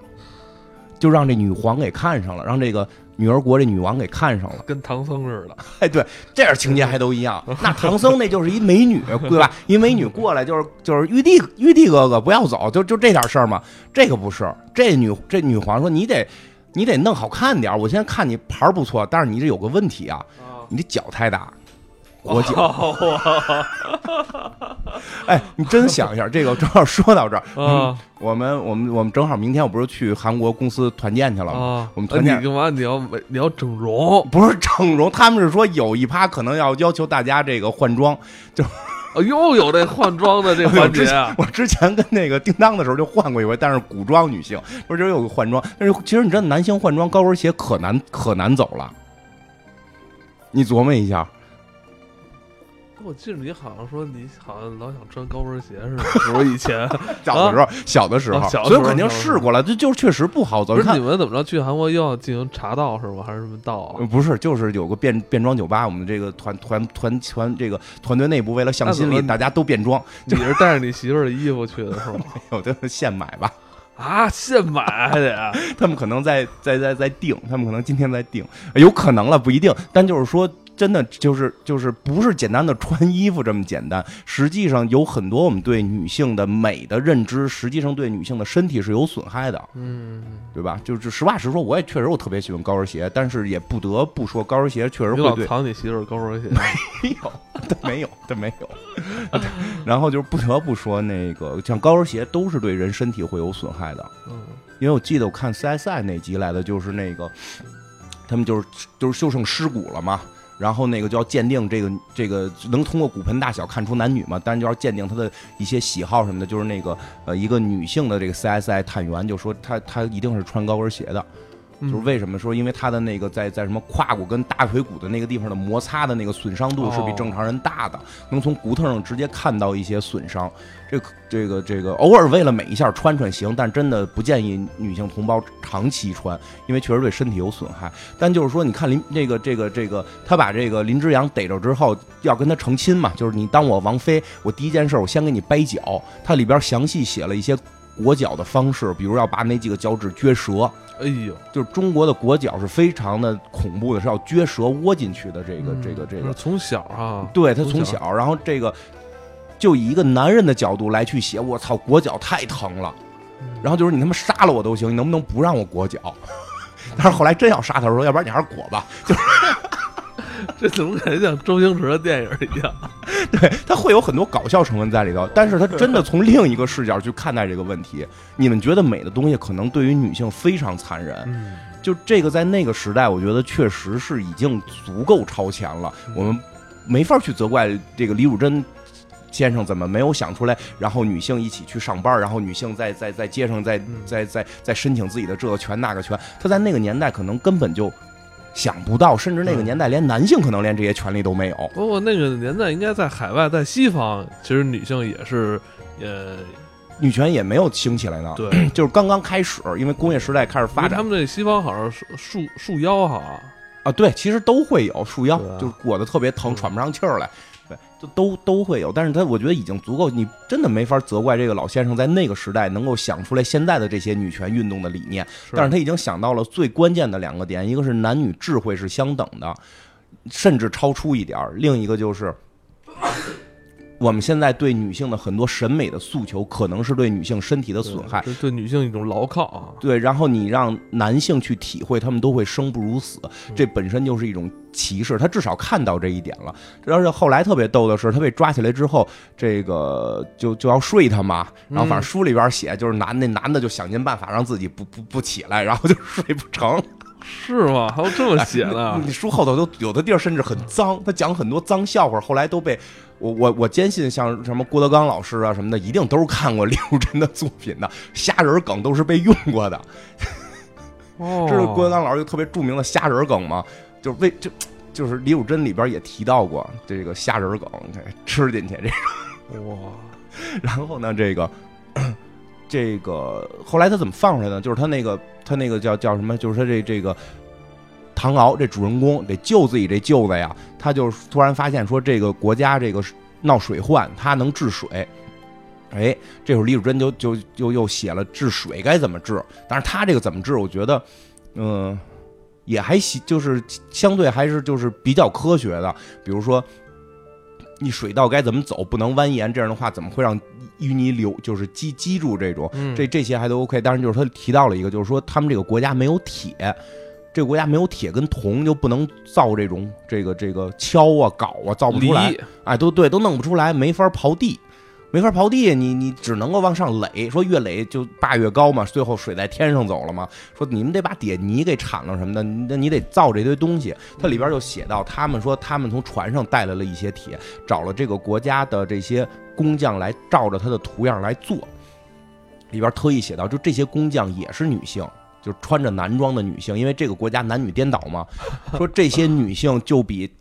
S2: 就让这女皇给看上了，让这个女儿国这女王给看上了。
S1: 跟唐僧似的。
S2: 哎，对，这样情节还都一样。那唐僧那就是一美女，对吧？一美女过来就是就是玉帝玉帝哥哥不要走，就就这点事儿嘛。这个不是，这女这女皇说你得你得弄好看点儿。我现在看你牌儿不错，但是你这有个问题啊， 你这脚太大，
S1: 哦
S2: 裹 脚。
S1: 啊
S2: 哎，你真想一下，这个正好说到这儿，
S1: 啊
S2: 我们我们我们正好明天我不是去韩国公司团建去了吗？
S1: 啊！
S2: 我们
S1: 哎
S2: 团
S1: 你
S2: 建
S1: 干嘛？你要美你要整容？
S2: 不是整容，他们是说有一趴可能要要求大家这个换装，
S1: 哦，又有这换装的这
S2: 我
S1: 环
S2: 之
S1: 节啊，
S2: 前我之前跟那个叮当的时候就换过一回，但是古装女性，不是就有个换装。但是其实你知道，男性换装高跟鞋可难可难走了。你琢磨一下，
S1: 我记得你好像说你好像老想穿高跟鞋似的， 是不是以前？
S2: 小的时候，小的时候，
S1: 啊小的时
S2: 所以
S1: 候
S2: 我肯定试过了，这就是确实不好走。
S1: 不
S2: 你
S1: 是你
S2: 看，
S1: 们怎么着去韩国又要进行茶道是吗？还是什么道啊？
S2: 呃不是，就是有个变变装酒吧，我们这个团团团团这个团队内部为了向心
S1: 那
S2: 力，
S1: 怎么
S2: 大家都变装，
S1: 你是带着你媳妇儿的衣服去的是 吗？
S2: 有的现买吧。
S1: 啊，现买还得啊
S2: 他们可能在在在在定，他们可能今天在定，哎有可能了，不一定。但就是说，真的就是就是不是简单的穿衣服这么简单，实际上有很多我们对女性的美的认知，实际上对女性的身体是有损害的，
S1: 嗯，
S2: 对吧？ 就是实话实说，我也确实我特别喜欢高跟鞋，但是也不得不说，高跟鞋确实
S1: 嗯你
S2: 会
S1: 老
S2: 对
S1: 藏你媳妇儿啊高跟鞋，
S2: 没有，他没有，他没有。 然后就是不得不说，那个像高跟鞋都是对人身体会有损害的。
S1: 嗯，
S2: 因为我记得我看 CSI 那集来的就是那个，他们就是就是就剩尸骨了嘛，然后那个就要鉴定这个这个能通过骨盆大小看出男女嘛，但是就要鉴定他的一些喜好什么的，就是那个呃一个女性的这个 CSI 探员就说她她一定是穿高跟鞋的。就是为什么说，因为他的那个在在什么胯骨跟大腿骨的那个地方的摩擦的那个损伤度是比
S1: 哦
S2: 正常人大的，能从骨头上直接看到一些损伤。这个这个这个，偶尔为了美一下穿穿行，但真的不建议女性同胞长期穿，因为确实对身体有损害。但就是说，你看林这个这个这个，他把这个林之阳逮着之后，要跟他成亲嘛，就是你当我王妃，我第一件事我先给你掰脚，它里边详细写了一些裹脚的方式，比如要把哪几个脚趾撅折，
S1: 哎呦，
S2: 就是中国的裹脚是非常的恐怖的，是要撅折窝进去的这个
S1: 嗯
S2: 这个这
S1: 就是
S2: 个，
S1: 从小啊，
S2: 对他
S1: 从
S2: 从小，然后这个。就以一个男人的角度来去写，我操，裹脚太疼了。然后就是你他妈杀了我都行，你能不能不让我裹脚？ 但是后来真要杀他的时候，要不然你还是裹吧。
S1: 这怎么感觉像周星驰的电影一样？
S2: 对，它会有很多搞笑成分在里头，但是它真的从另一个视角去看待这个问题。你们觉得美的东西，可能对于女性非常残忍，
S1: 嗯，
S2: 就这个在那个时代，我觉得确实是已经足够超前了
S1: 嗯。
S2: 我们没法去责怪这个李汝珍先生怎么没有想出来，然后女性一起去上班，然后女性在在在街上在
S1: 嗯
S2: 在在在申请自己的这个权那个权。他在那个年代可能根本就想不到，甚至那个
S1: 嗯
S2: 年代连男性可能连这些权利都没有。
S1: 包括那个年代，应该在海外，在西方，其实女性也是，呃，
S2: 女权也没有兴起来呢，
S1: 对，
S2: 就是刚刚开始，因为工业时代开始
S1: 因为
S2: 啊嗯发
S1: 他
S2: 展
S1: 们这西方好像是束束腰哈，
S2: 啊，对，其实都会有束腰
S1: 对啊，
S2: 就是裹得特别疼，
S1: 嗯
S2: 喘不上气儿来，对，就都都会有。但是他我觉得已经足够，你真的没法责怪这个老先生在那个时代能够想出来现在的这些女权运动的理念，但是他已经想到了最关键的两个点，一个是男女智慧是相等的，甚至超出一点儿；另一个就是。我们现在对女性的很多审美的诉求，可能是对女性身体的损害，
S1: 对对女性一种牢靠啊，
S2: 对，然后你让男性去体会，他们都会生不如死
S1: 嗯，
S2: 这本身就是一种歧视。他至少看到这一点了。而且后来特别逗的是，他被抓起来之后，这个就就要睡他嘛。然后反正
S1: 嗯
S2: 书里边写，就是男那男的就想尽办法让自己不不不起来，然后就睡不成。
S1: 是吗？还有这么写啊 呢？
S2: 你书后头都有的地儿甚至很脏，他讲很多脏笑话，后来都被。我我我坚信，像什么郭德纲老师啊什么的，一定都是看过李汝珍的作品的， 虾仁儿梗都是被用过的。
S1: 哦，
S2: 知道郭德纲老师有特别著名的虾仁儿梗吗？就是为这，就是李汝珍里边也提到过这个虾仁儿梗，对吃进去这
S1: 哇，
S2: 然后呢，这个 这个后来他怎么放出来呢？就是他那个他那个叫叫什么？就是他这这个唐敖这主人公得救自己这舅子呀，他就突然发现说这个国家这个闹水患，他能治水。哎，这会儿李汝珍就就就又写了治水该怎么治，但是他这个怎么治，我觉得，嗯、也还行，就是相对还是就是比较科学的，比如说你水道该怎么走，不能蜿蜒，这样的话怎么会让淤泥流，就是积积住这种，
S1: 嗯，
S2: 这这些还都 OK。当然就是他提到了一个，就是说他们这个国家没有铁，这个国家没有铁跟铜就不能造这种这个这个锹啊、镐啊，造不出来
S1: 梨，，
S2: 哎，都对，都弄不出来，没法刨地。没法刨地，你你只能够往上垒，说越垒就坝越高嘛，最后水在天上走了嘛。说你们得把铁泥给铲了什么的，你那你得造这堆东西。它里边就写到，他们说他们从船上带来了一些铁，找了这个国家的这些工匠来照着他的图样来做。里边特意写到，就这些工匠也是女性，就是穿着男装的女性，因为这个国家男女颠倒嘛。说这些女性就比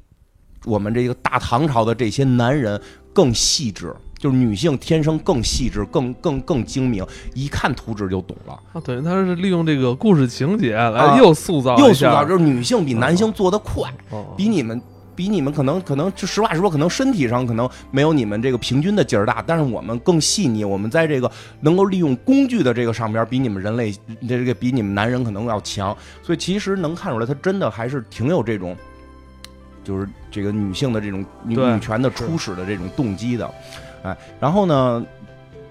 S2: 我们这个大唐朝的这些男人更细致，就是女性天生更细致、更更更精明，一看图纸就懂了。
S1: 啊，等于他是利用这个故事情节来
S2: 啊
S1: 又塑造
S2: 又
S1: 哦一
S2: 塑
S1: 下嗯
S2: 造，就是女性比男性做得快，
S1: 哦
S2: 比你们。比你们可能可能，就实话实说，可能身体上可能没有你们这个平均的劲儿大，但是我们更细腻，我们在这个能够利用工具的这个上边，比你们人类这个比你们男人可能要强，所以其实能看出来，他真的还是挺有这种，就是这个女性的这种女
S1: 对
S2: 女权的初始的这种动机的，哎，然后呢，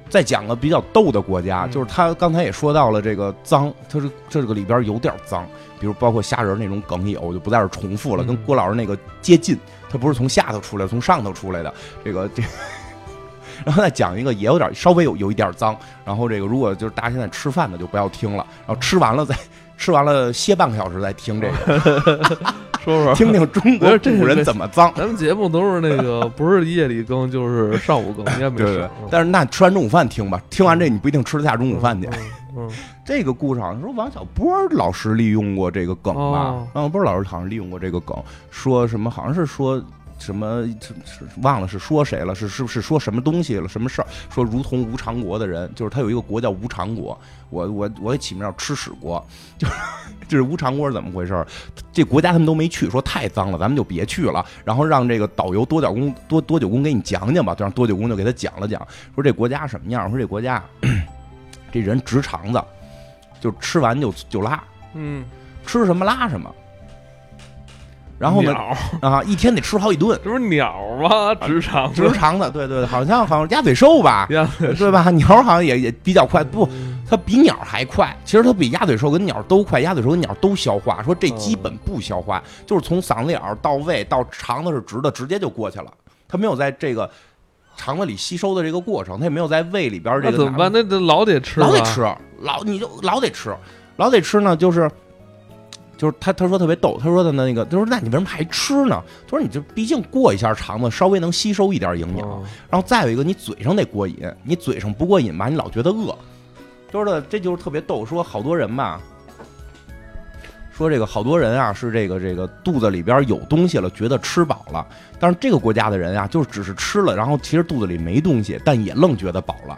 S2: 再讲个比较逗的国家，
S1: 嗯
S2: 就是他刚才也说到了这个脏，他是这个里边有点脏，比如包括虾仁儿那种梗也有，我就不在这儿重复了，
S1: 嗯
S2: 跟郭老师那个接近，他不是从下头出来，从上头出来的，这个 这。然后再讲一个也有点稍微有有一点脏，然后这个如果就是大家现在吃饭的就不要听了，然后吃完了再 吃完了歇半个小时再听这个，
S1: 说说。
S2: 听听中
S1: 不
S2: 国
S1: 是这是
S2: 古人怎么脏。
S1: 咱们节目都是那个，不是夜里更就是上午更，应该没
S2: 对对
S1: 事
S2: 嗯对
S1: 儿。，
S2: 但是那吃完中午饭听吧，听完这你不一定吃得下中午饭去。
S1: 嗯，嗯，
S2: 这个故事好像说王小波老师利用过这个梗吧
S1: 哦？
S2: 王小波老师好像利用过这个梗，说什么好像是说。什么是是忘了是说谁了？是是是说什么东西了？什么事儿？说如同无常国的人，就是他有一个国叫无常国，我我我也起名叫吃屎国，就是就是无常国是怎么回事儿？这国家他们都没去，说太脏了，咱们就别去了。然后让这个导游多角公多多久公给你讲讲吧，就让多久公就给他讲了讲，说这国家什么样？说这国家这人直肠子，就吃完就就拉，
S1: 嗯，
S2: 吃什么拉什么。 然后呢
S1: 鸟，
S2: 啊，一天得吃好 几顿，
S1: 这不是鸟吗？直肠
S2: 直
S1: 子，
S2: 肠子，对对对，好像好像鸭嘴兽 吧，
S1: 呀，
S2: 对吧？鸟好像也也比较快，不，它比鸟还快。其实它比鸭嘴兽跟鸟都快，鸭嘴兽跟鸟都消化。说这基本不消化，就是从嗓子眼儿到胃到肠子是直的，直接就过去了。它没有在这个肠子里吸收的这个过程，它也没有在胃里边儿这
S1: 那
S2: 个
S1: 怎么办？那得老得吃，哦
S2: 老得，吃，老你就老得吃，老得吃呢，就是就是他他说特别逗，他说的那个，他说那你为什么还吃呢？他说你就毕竟过一下肠子，稍微能吸收一点营养，
S1: 哦
S2: 然后再有一个你嘴上得过瘾，你嘴上不过瘾吧，你老觉得饿，就是的，这就是特别逗，说好多人吧。说这个好多人啊，是这个这个肚子里边有东西了，觉得吃饱了。但是这个国家的人啊，就是只是吃了，然后其实肚子里没东西，但也愣觉得饱了，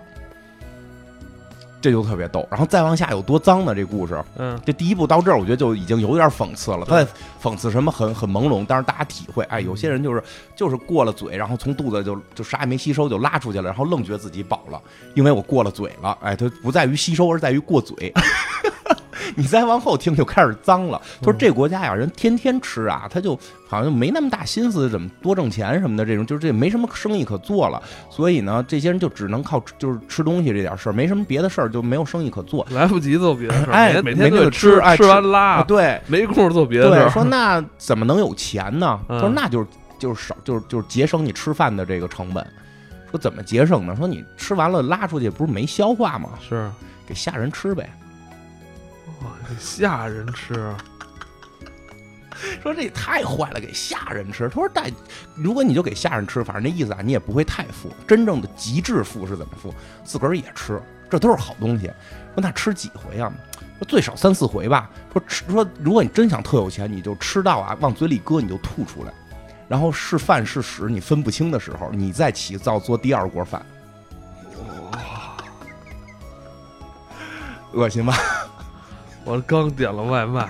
S2: 这就特别逗。然后再往下有多脏呢？这故事，
S1: 嗯，
S2: 这第一部到这儿，我觉得就已经有点讽刺了。他在讽刺什么很很朦胧，但是大家体会，哎，有些人就是就是过了嘴，然后从肚子就就啥也没吸收就拉出去了，然后愣觉得自己饱了，因为我过了嘴了。哎，它不在于吸收，而在于过嘴。 你再往后听就开始脏了。他说
S1: 嗯
S2: 这国家呀，人天天吃啊，他就好像没那么大心思怎么多挣钱什么的，这种就是这没什么生意可做了，所以呢，这些人就只能靠吃就是吃东西这点事儿，没什么别的事儿，就没有生意可做。
S1: 来不及做别的事儿，
S2: 哎
S1: 每
S2: 没
S1: 天
S2: 那
S1: 都
S2: 个
S1: 得
S2: 吃哎
S1: 吃
S2: 吃
S1: 完拉，
S2: 对，
S1: 没工夫做别的事
S2: 对，
S1: 儿，
S2: 说那怎么能有钱呢？他
S1: 嗯
S2: 说那就是就是少就是就是节省你吃饭的这个成本。说怎么节省呢？说你吃完了拉出去不是没消化吗？
S1: 是。
S2: 给下人吃呗。
S1: 哇，你吓人吃，啊
S2: 说这也太坏了，给下人吃。他说但如果你就给下人吃，反正那意思啊，你也不会太富。真正的极致富是怎么富？自个儿也吃，这都是好东西。说那吃几回啊？说最少三四回吧。说吃说，如果你真想特有钱，你就吃到啊，往嘴里搁，你就吐出来，然后是饭是屎你分不清的时候，你再起灶做第二锅饭。恶心吧？
S1: 我刚点了外卖。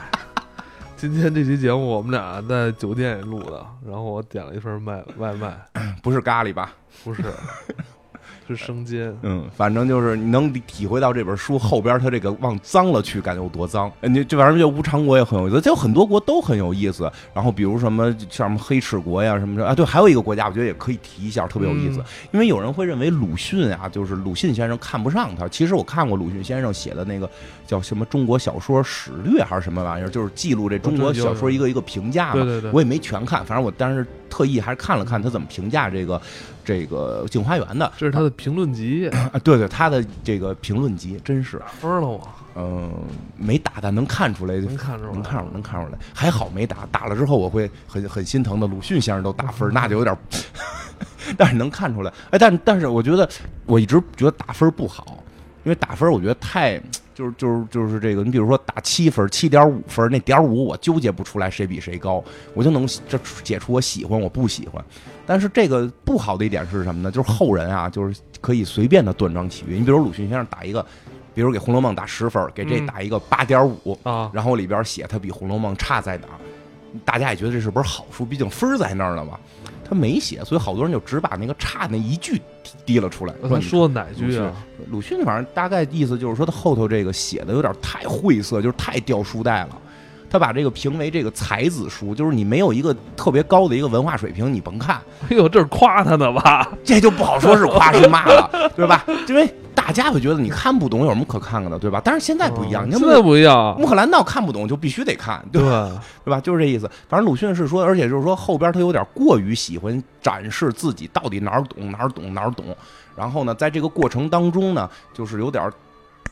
S1: 今天这期节目我们俩在酒店里录的，然后我点了一份外外卖，
S2: 不是咖喱吧？
S1: 不是， 是生煎。
S2: 嗯，反正就是你能体会到这本书后边它这个往脏了去感觉有多脏。呃你这玩意儿就无常国也很有意思，这有很多国都很有意思。然后比如什么像什么黑齿国呀什么的啊，对，还有一个国家我觉得也可以提一下，特别有意思。
S1: 嗯
S2: 因为有人会认为鲁迅啊，就是鲁迅先生看不上他。其实我看过鲁迅先生写的那个叫什么《中国小说史略》还是什么玩意儿，就是记录这中国小说一个一个评价嘛。
S1: 嗯对对对，
S2: 我也没全看，反正我当时特意还是看了看他怎么评价这个这个《镜花缘》的。
S1: 这是他的评论集，
S2: 啊，对对，他的这个评论集真是
S1: 打，分了我，
S2: 嗯、没打，但能看出来，
S1: 能看出来，
S2: 能看出来，能看出来，还好没打，打了之后我会很很心疼的。鲁迅先生都打分儿，那就有点儿， 但是能看出来，哎，但但是我觉得我一直觉得打分儿不好，因为打分儿我觉得太。就是就是就是这个，你比如说打七分、七点五分，那点五我纠结不出来谁比谁高，我就能这解出我喜欢我不喜欢。但是这个不好的一点是什么呢？就是后人啊，就是可以随便的断章取义。你比如鲁迅先生打一个，比如给《红楼梦》打十分，给这
S1: 嗯
S2: 打一个八点五，
S1: 啊，
S2: 然后里边写它比《红楼梦》差在哪儿，大家也觉得这是本好书，毕竟分儿在那儿呢嘛。他没写，所以好多人就只把那个差那一句提提了出来。
S1: 啊他
S2: 你
S1: 说哪
S2: 鲁
S1: 句
S2: 迅
S1: 啊？
S2: 鲁迅反正大概意思就是说，他后头这个写的有点太晦涩，就是太掉书袋了。他把这个评为这个才子书，就是你没有一个特别高的一个文化水平，你甭看，
S1: 哎呦，这是夸他呢吧？
S2: 这就不好说是夸是骂了，对吧？因为大家会觉得你看不懂有什么可看看的，对吧？但是现在不一样，你
S1: 现
S2: 看
S1: 在不一 样，
S2: 穆赫兰道看不懂就必须得看，对
S1: 对
S2: 吧？，对吧？就是这意思。反正鲁迅是说，而且就是说后边他有点过于喜欢展示自己到底哪儿懂哪儿懂哪儿懂，然后呢，在这个过程当中呢，就是有点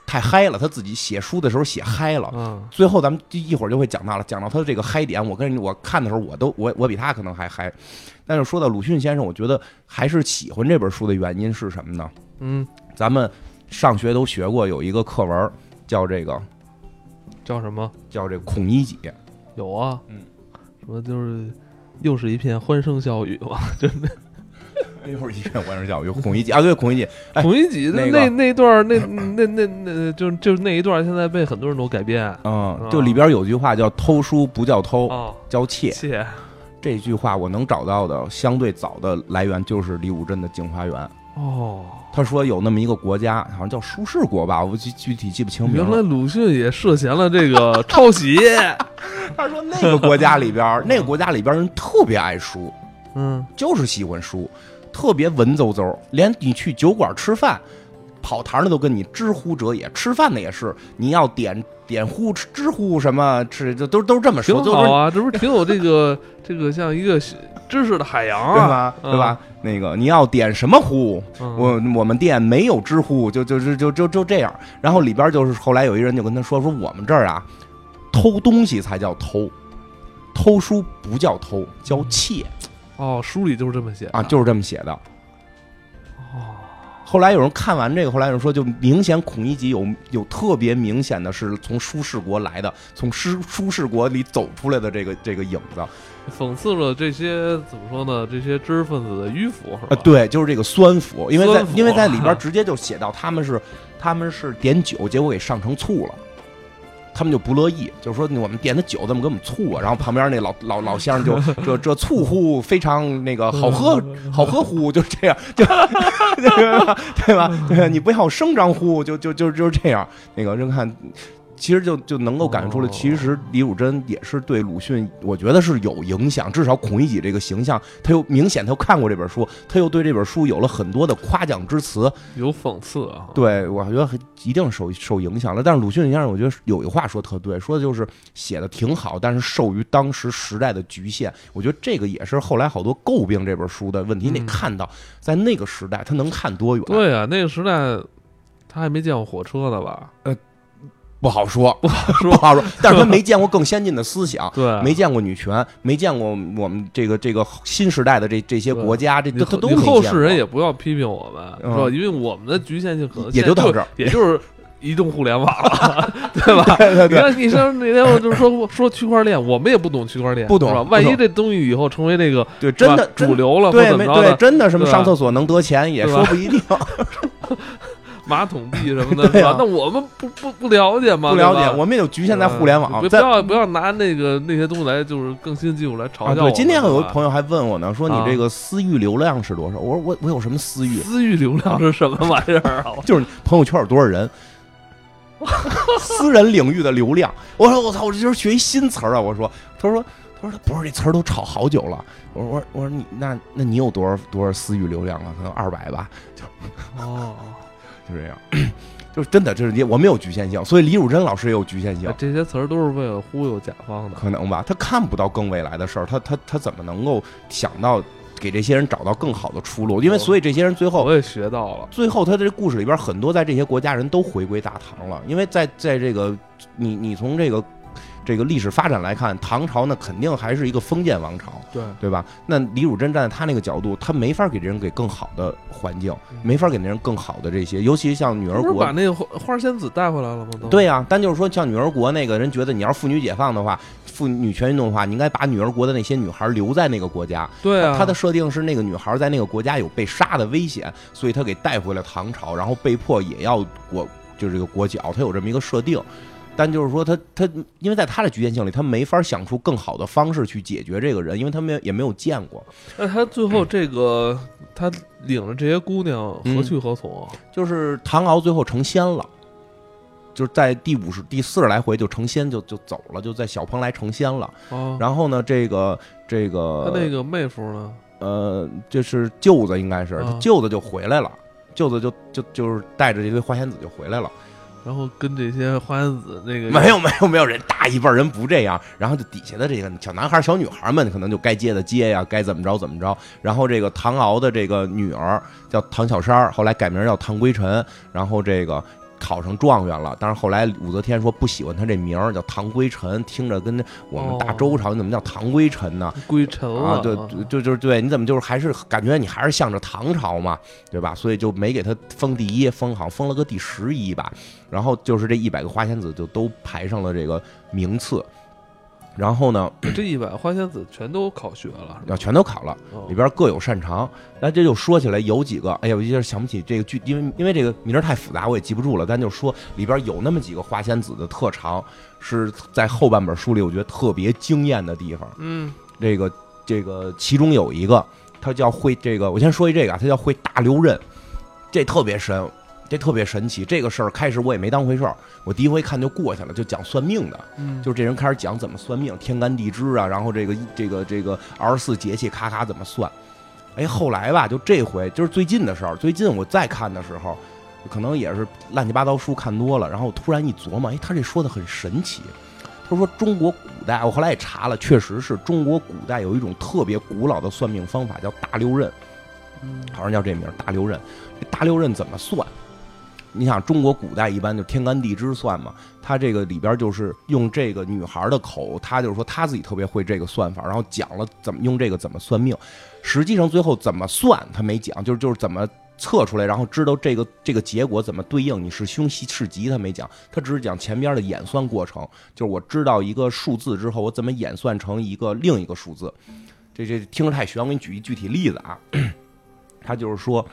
S2: 太嗨了，他自己写书的时候写嗨了。
S1: 嗯，
S2: 最后咱们一会儿就会讲到了，讲到他的这个嗨点，我跟人我看的时候，我都我我比他可能还嗨。但是说到鲁迅先生，我觉得还是喜欢这本书的原因是什么呢？
S1: 嗯，
S2: 咱们上学都学过有一个课文叫这个
S1: 叫什么？
S2: 叫这个孔乙己，
S1: 有啊，
S2: 嗯，
S1: 什么就是又是一片欢声笑语嘛。
S2: 一会儿一 片欢声笑语，孔乙己啊，对，孔乙己，哎
S1: 孔乙己
S2: 那
S1: 那
S2: 个
S1: 那那段儿那那那那就就那一段，现在被很多人都改编啊，
S2: 嗯，就里边有句话叫“偷书不叫偷，叫窃
S1: 切”。
S2: 这句话我能找到的相对早的来源就是李武镇的《镜花缘》，
S1: 哦。
S2: 他说有那么一个国家，好像叫苏轼国吧，我具具体记不清名
S1: 原来
S2: 了。
S1: 鲁迅也涉嫌了这 个抄袭，
S2: 他说那个国家里 边，那个国家里边人特别爱书，
S1: 嗯，
S2: 就是喜欢书，特别文绉绉，连你去酒馆吃饭。跑堂的都跟你知乎者也，吃饭的也是，你要点点呼知乎什么吃，就都都是这么
S1: 挺
S2: 说，
S1: 好
S2: 就是
S1: 啊，这不是挺有这个这个像一个知识的海洋
S2: 对
S1: 啊，
S2: 吧？对吧？那个你要点什么呼，
S1: 嗯
S2: 我我们店没有知乎，就就就就就就这样。然后里边就是后来有一人就跟他说说我们这儿啊，偷东西才叫偷，偷书不叫偷，叫窃
S1: 哦，书里就是这么写的
S2: 啊，就是这么写的。
S1: 哦，
S2: 后来有人看完这个，后来有人说，就明显孔乙己有有特别明显的是从苏轼国来的，从诗苏轼国里走出来的这个这个影子啊，
S1: 讽刺了这些怎么说呢？这些知识分子的迂腐是吧？
S2: 啊呃对，就是这个酸腐，因为在
S1: 酸腐啊
S2: 因为在里边直接就写到他们是他们是点酒，结果给上成醋了。他们就不乐意，就说我们点的酒怎么给我们醋啊？然后旁边那老老老先生就这这醋乎非常那个好喝
S1: 嗯
S2: 好喝乎，就这样， 就对吧？对吧？对吧，你不要声张乎，就就就就是这样。那个人看，其实就就能够感觉出来，
S1: 哦
S2: 其实李汝珍也是对鲁迅，我觉得是有影响，至少孔乙己这个形象，他又明显他又看过这本书，他又对这本书有了很多的夸奖之词。
S1: 有讽刺啊，
S2: 对我觉得很一定受受影响了。但是鲁迅先生，我觉得有一话说特对，说的就是写的挺好，但是受于当时时代的局限。我觉得这个也是后来好多诟病这本书的问题。你
S1: 嗯
S2: 得看到，在那个时代，他能看多远？
S1: 对啊，那个时代他还没见过火车呢吧？
S2: 不 好说，不好
S1: 说
S2: 不好说。但是他没见过更先进的思想，
S1: 对，啊
S2: 没见过女权，没见过我们这个这个新时代的这这些国家，这
S1: 你
S2: 这他
S1: 后
S2: 都
S1: 你
S2: 没见过。
S1: 后世人也不要批评我们，
S2: 嗯
S1: 是吧？因为我们的局限性可能
S2: 也就
S1: 现在
S2: 到这儿
S1: 也就是移动互联网了， 对吧？
S2: 对 对
S1: 你
S2: 对，
S1: 看，你像那天我就说说区块链，我们也不懂区块链，
S2: 不懂
S1: 是吧
S2: 不懂
S1: 万一这东西以后成为那个
S2: 对真
S1: 是
S2: 的
S1: 吧
S2: 真
S1: 主流啊了，或
S2: 对
S1: 怎
S2: 没
S1: 么着的
S2: 对，真的什么
S1: 对吧
S2: 上厕所能得钱也
S1: 对
S2: 说
S1: 吧
S2: 不一定。
S1: 马桶币什么的，
S2: 对
S1: 是
S2: 啊
S1: 吧？那我们不不不了解吗？
S2: 不了
S1: 对
S2: 解，
S1: 吧
S2: 我们也就局限在互联网。
S1: 不不
S2: 在
S1: 要不要拿那个那些东西来就是更新技术来嘲笑
S2: 啊，
S1: 我
S2: 对，
S1: 们。
S2: 今天有一
S1: 是吧
S2: 朋友还问我呢，说你
S1: 啊
S2: 这个私域流量是多少？我说我我有什么私域？
S1: 私域流量是什么玩意儿 啊？
S2: 就是朋友圈有多少人， 私人领域的流量。我说我操，我这就是学一新词儿啊！我说，他说他说不是这词儿都炒好久了。我说我说我说你那那你有多少多少私域流量啊？可能二百吧，
S1: 哦，
S2: 就这样。 就是真的，这是也我们有局限性，所以李汝珍老师也有局限性
S1: 哎，这些词儿都是为了忽悠甲方的。
S2: 可能吧。他看不到更未来的事儿，他他他怎么能够想到给这些人找到更好的出路？因为所以这些人最后
S1: 我也学到了。
S2: 最后，他这故事里边很多在这些国家人都回归大唐了，因为在在这个你你从这个这个历史发展来看，唐朝呢肯定还是一个封建王朝，
S1: 对，
S2: 对吧？那李汝珍站在他那个角度，他没法给这人给更好的环境，没法给那人更好的这些，尤其像女儿
S1: 嗯不是
S2: 国
S1: 把。那个花花仙子带回来了吗？都
S2: 对呀、啊但就是说，像女儿国那个人觉得，你要是妇女解放的话，妇女权运动的话，你应该把女儿国的那些女孩留在那个国家，
S1: 对啊，
S2: 他的设定是那个女孩在那个国家有被杀的危险，所以他给带回了唐朝，然后被迫也要国就是这个国脚，他有这么一个设定。但就是说他，他因为在他的局限性里，他没法想出更好的方式去解决这个人，因为他们也没有见过。
S1: 那他最后这个他领着这些姑娘
S2: 嗯
S1: 何去何从啊？
S2: 就是唐敖最后成仙了，就是在第五十第四十来回就成仙就就走了，就在小蓬莱成仙了。
S1: 啊，
S2: 然后呢，这个这
S1: 他
S2: 个
S1: 那个妹夫呢？
S2: 呃，这是舅子应该是，
S1: 啊
S2: 舅子就回来了，舅子就就就是带着这堆花仙子就回来了。
S1: 然后跟这些花仙子那个
S2: 没有没有没有人大一辈儿人不这样，然后就底下的这个小男孩儿小女孩儿们可能就该接的接呀，该怎么着怎么着。然后这个唐敖的这个女儿叫唐小珊儿，后来改名叫唐归尘，然后这个。考上状元了。但是后来武则天说不喜欢他这名儿，叫唐归臣，听着跟那我们
S1: 哦
S2: 大周朝你怎么叫唐归臣呢？
S1: 归臣了
S2: 啊，对，
S1: 嗯
S2: 就就是对你怎么就是还是感觉你还是向着唐朝嘛，对吧？所以就没给他封第一，封好像封了个第十一吧。然后就是这一百个花仙子就都排上了这个名次，然后呢，
S1: 这一百花仙子全都考学了，
S2: 要全都考了。
S1: 哦
S2: 里边各有擅长。那这就说起来有几个，哎呀，我一下想不起这个剧，因为因为这个名儿太复杂，我也记不住了。咱就说里边有那么几个花仙子的特长，是在后半本书里我觉得特别惊艳的地方。
S1: 嗯，
S2: 这个这个其中有一个，他叫会这个，我先说一这个啊，他叫会大溜刃，这特别神，这特别神奇。这个事儿开始我也没当回事儿，我第一回看就过去了，就讲算命的，
S1: 嗯
S2: 就是这人开始讲怎么算命，天干地支啊，然后这个这个这个二十四节气咔咔怎么算。哎，后来吧，就这回就是最近的事儿，最近我再看的时候。可能也是乱七八糟书看多了，然后我突然一琢磨，哎，他这说的很神奇。他说中国古代，我后来也查了，确实是中国古代有一种特别古老的算命方法，叫大溜刃，
S1: 嗯
S2: 好像叫这名儿大溜刃。这大溜刃怎么算？你想，中国古代一般就天干地支算嘛，他这个里边就是用这个女孩的口，她就是说她自己特别会这个算法，然后讲了怎么用这个怎么算命，实际上最后怎么算他没讲，就是就是怎么测出来，然后知道这个这个结果怎么对应你是凶是吉，他没讲，他只是讲前边的演算过程，就是我知道一个数字之后，我怎么演算成一个另一个数字。这这听着太玄，我给你举一具体例子啊，他就是说。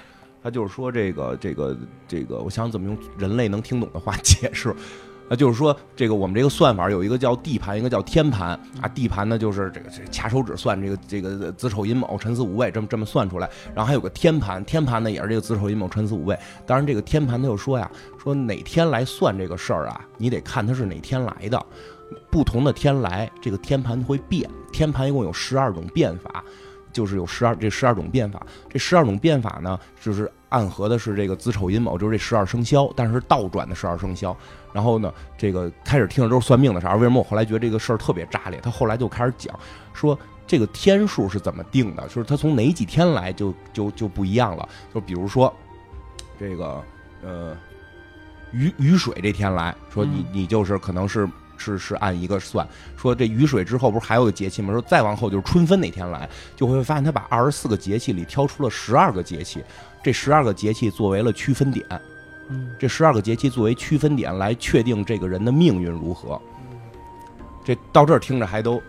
S2: 他就是说这个这个这个，我想怎么用人类能听懂的话解释。 那就是说，这个我们这个算法有一个叫地盘，一个叫天盘啊。地盘呢，就是这个这个掐手指算这个这个子丑寅卯辰巳午未这么这么算出来。然后还有个天盘，天盘呢也是这个子丑寅卯辰巳午未。当然，这个天盘他就说呀，说哪天来算这个事儿啊，你得看它是哪天来的。不同的天来，这个天盘会变。天盘一共有十二种变法，就是有十二这十二种变法。这十二种变法呢，就是暗合的是这个子丑寅卯，就是这十二生肖，但是是倒转的十二生肖。然后呢，这个开始听着都是算命的事儿。为什么我后来觉得这个事儿特别炸裂？他后来就开始讲说。这个天数是怎么定的？就是他从哪几天来就就就不一样了。就比如说，这个呃雨雨水这天来说你
S1: 嗯
S2: 你就是可能是是是按一个算，说这雨水之后不是还有个节气吗？说再往后就是春分那天来，就会发现他把二十四个节气里挑出了十二个节气，这十二个节气作为了区分点，
S1: 嗯
S2: 这十二个节气作为区分点来确定这个人的命运如何。这到这儿听着还都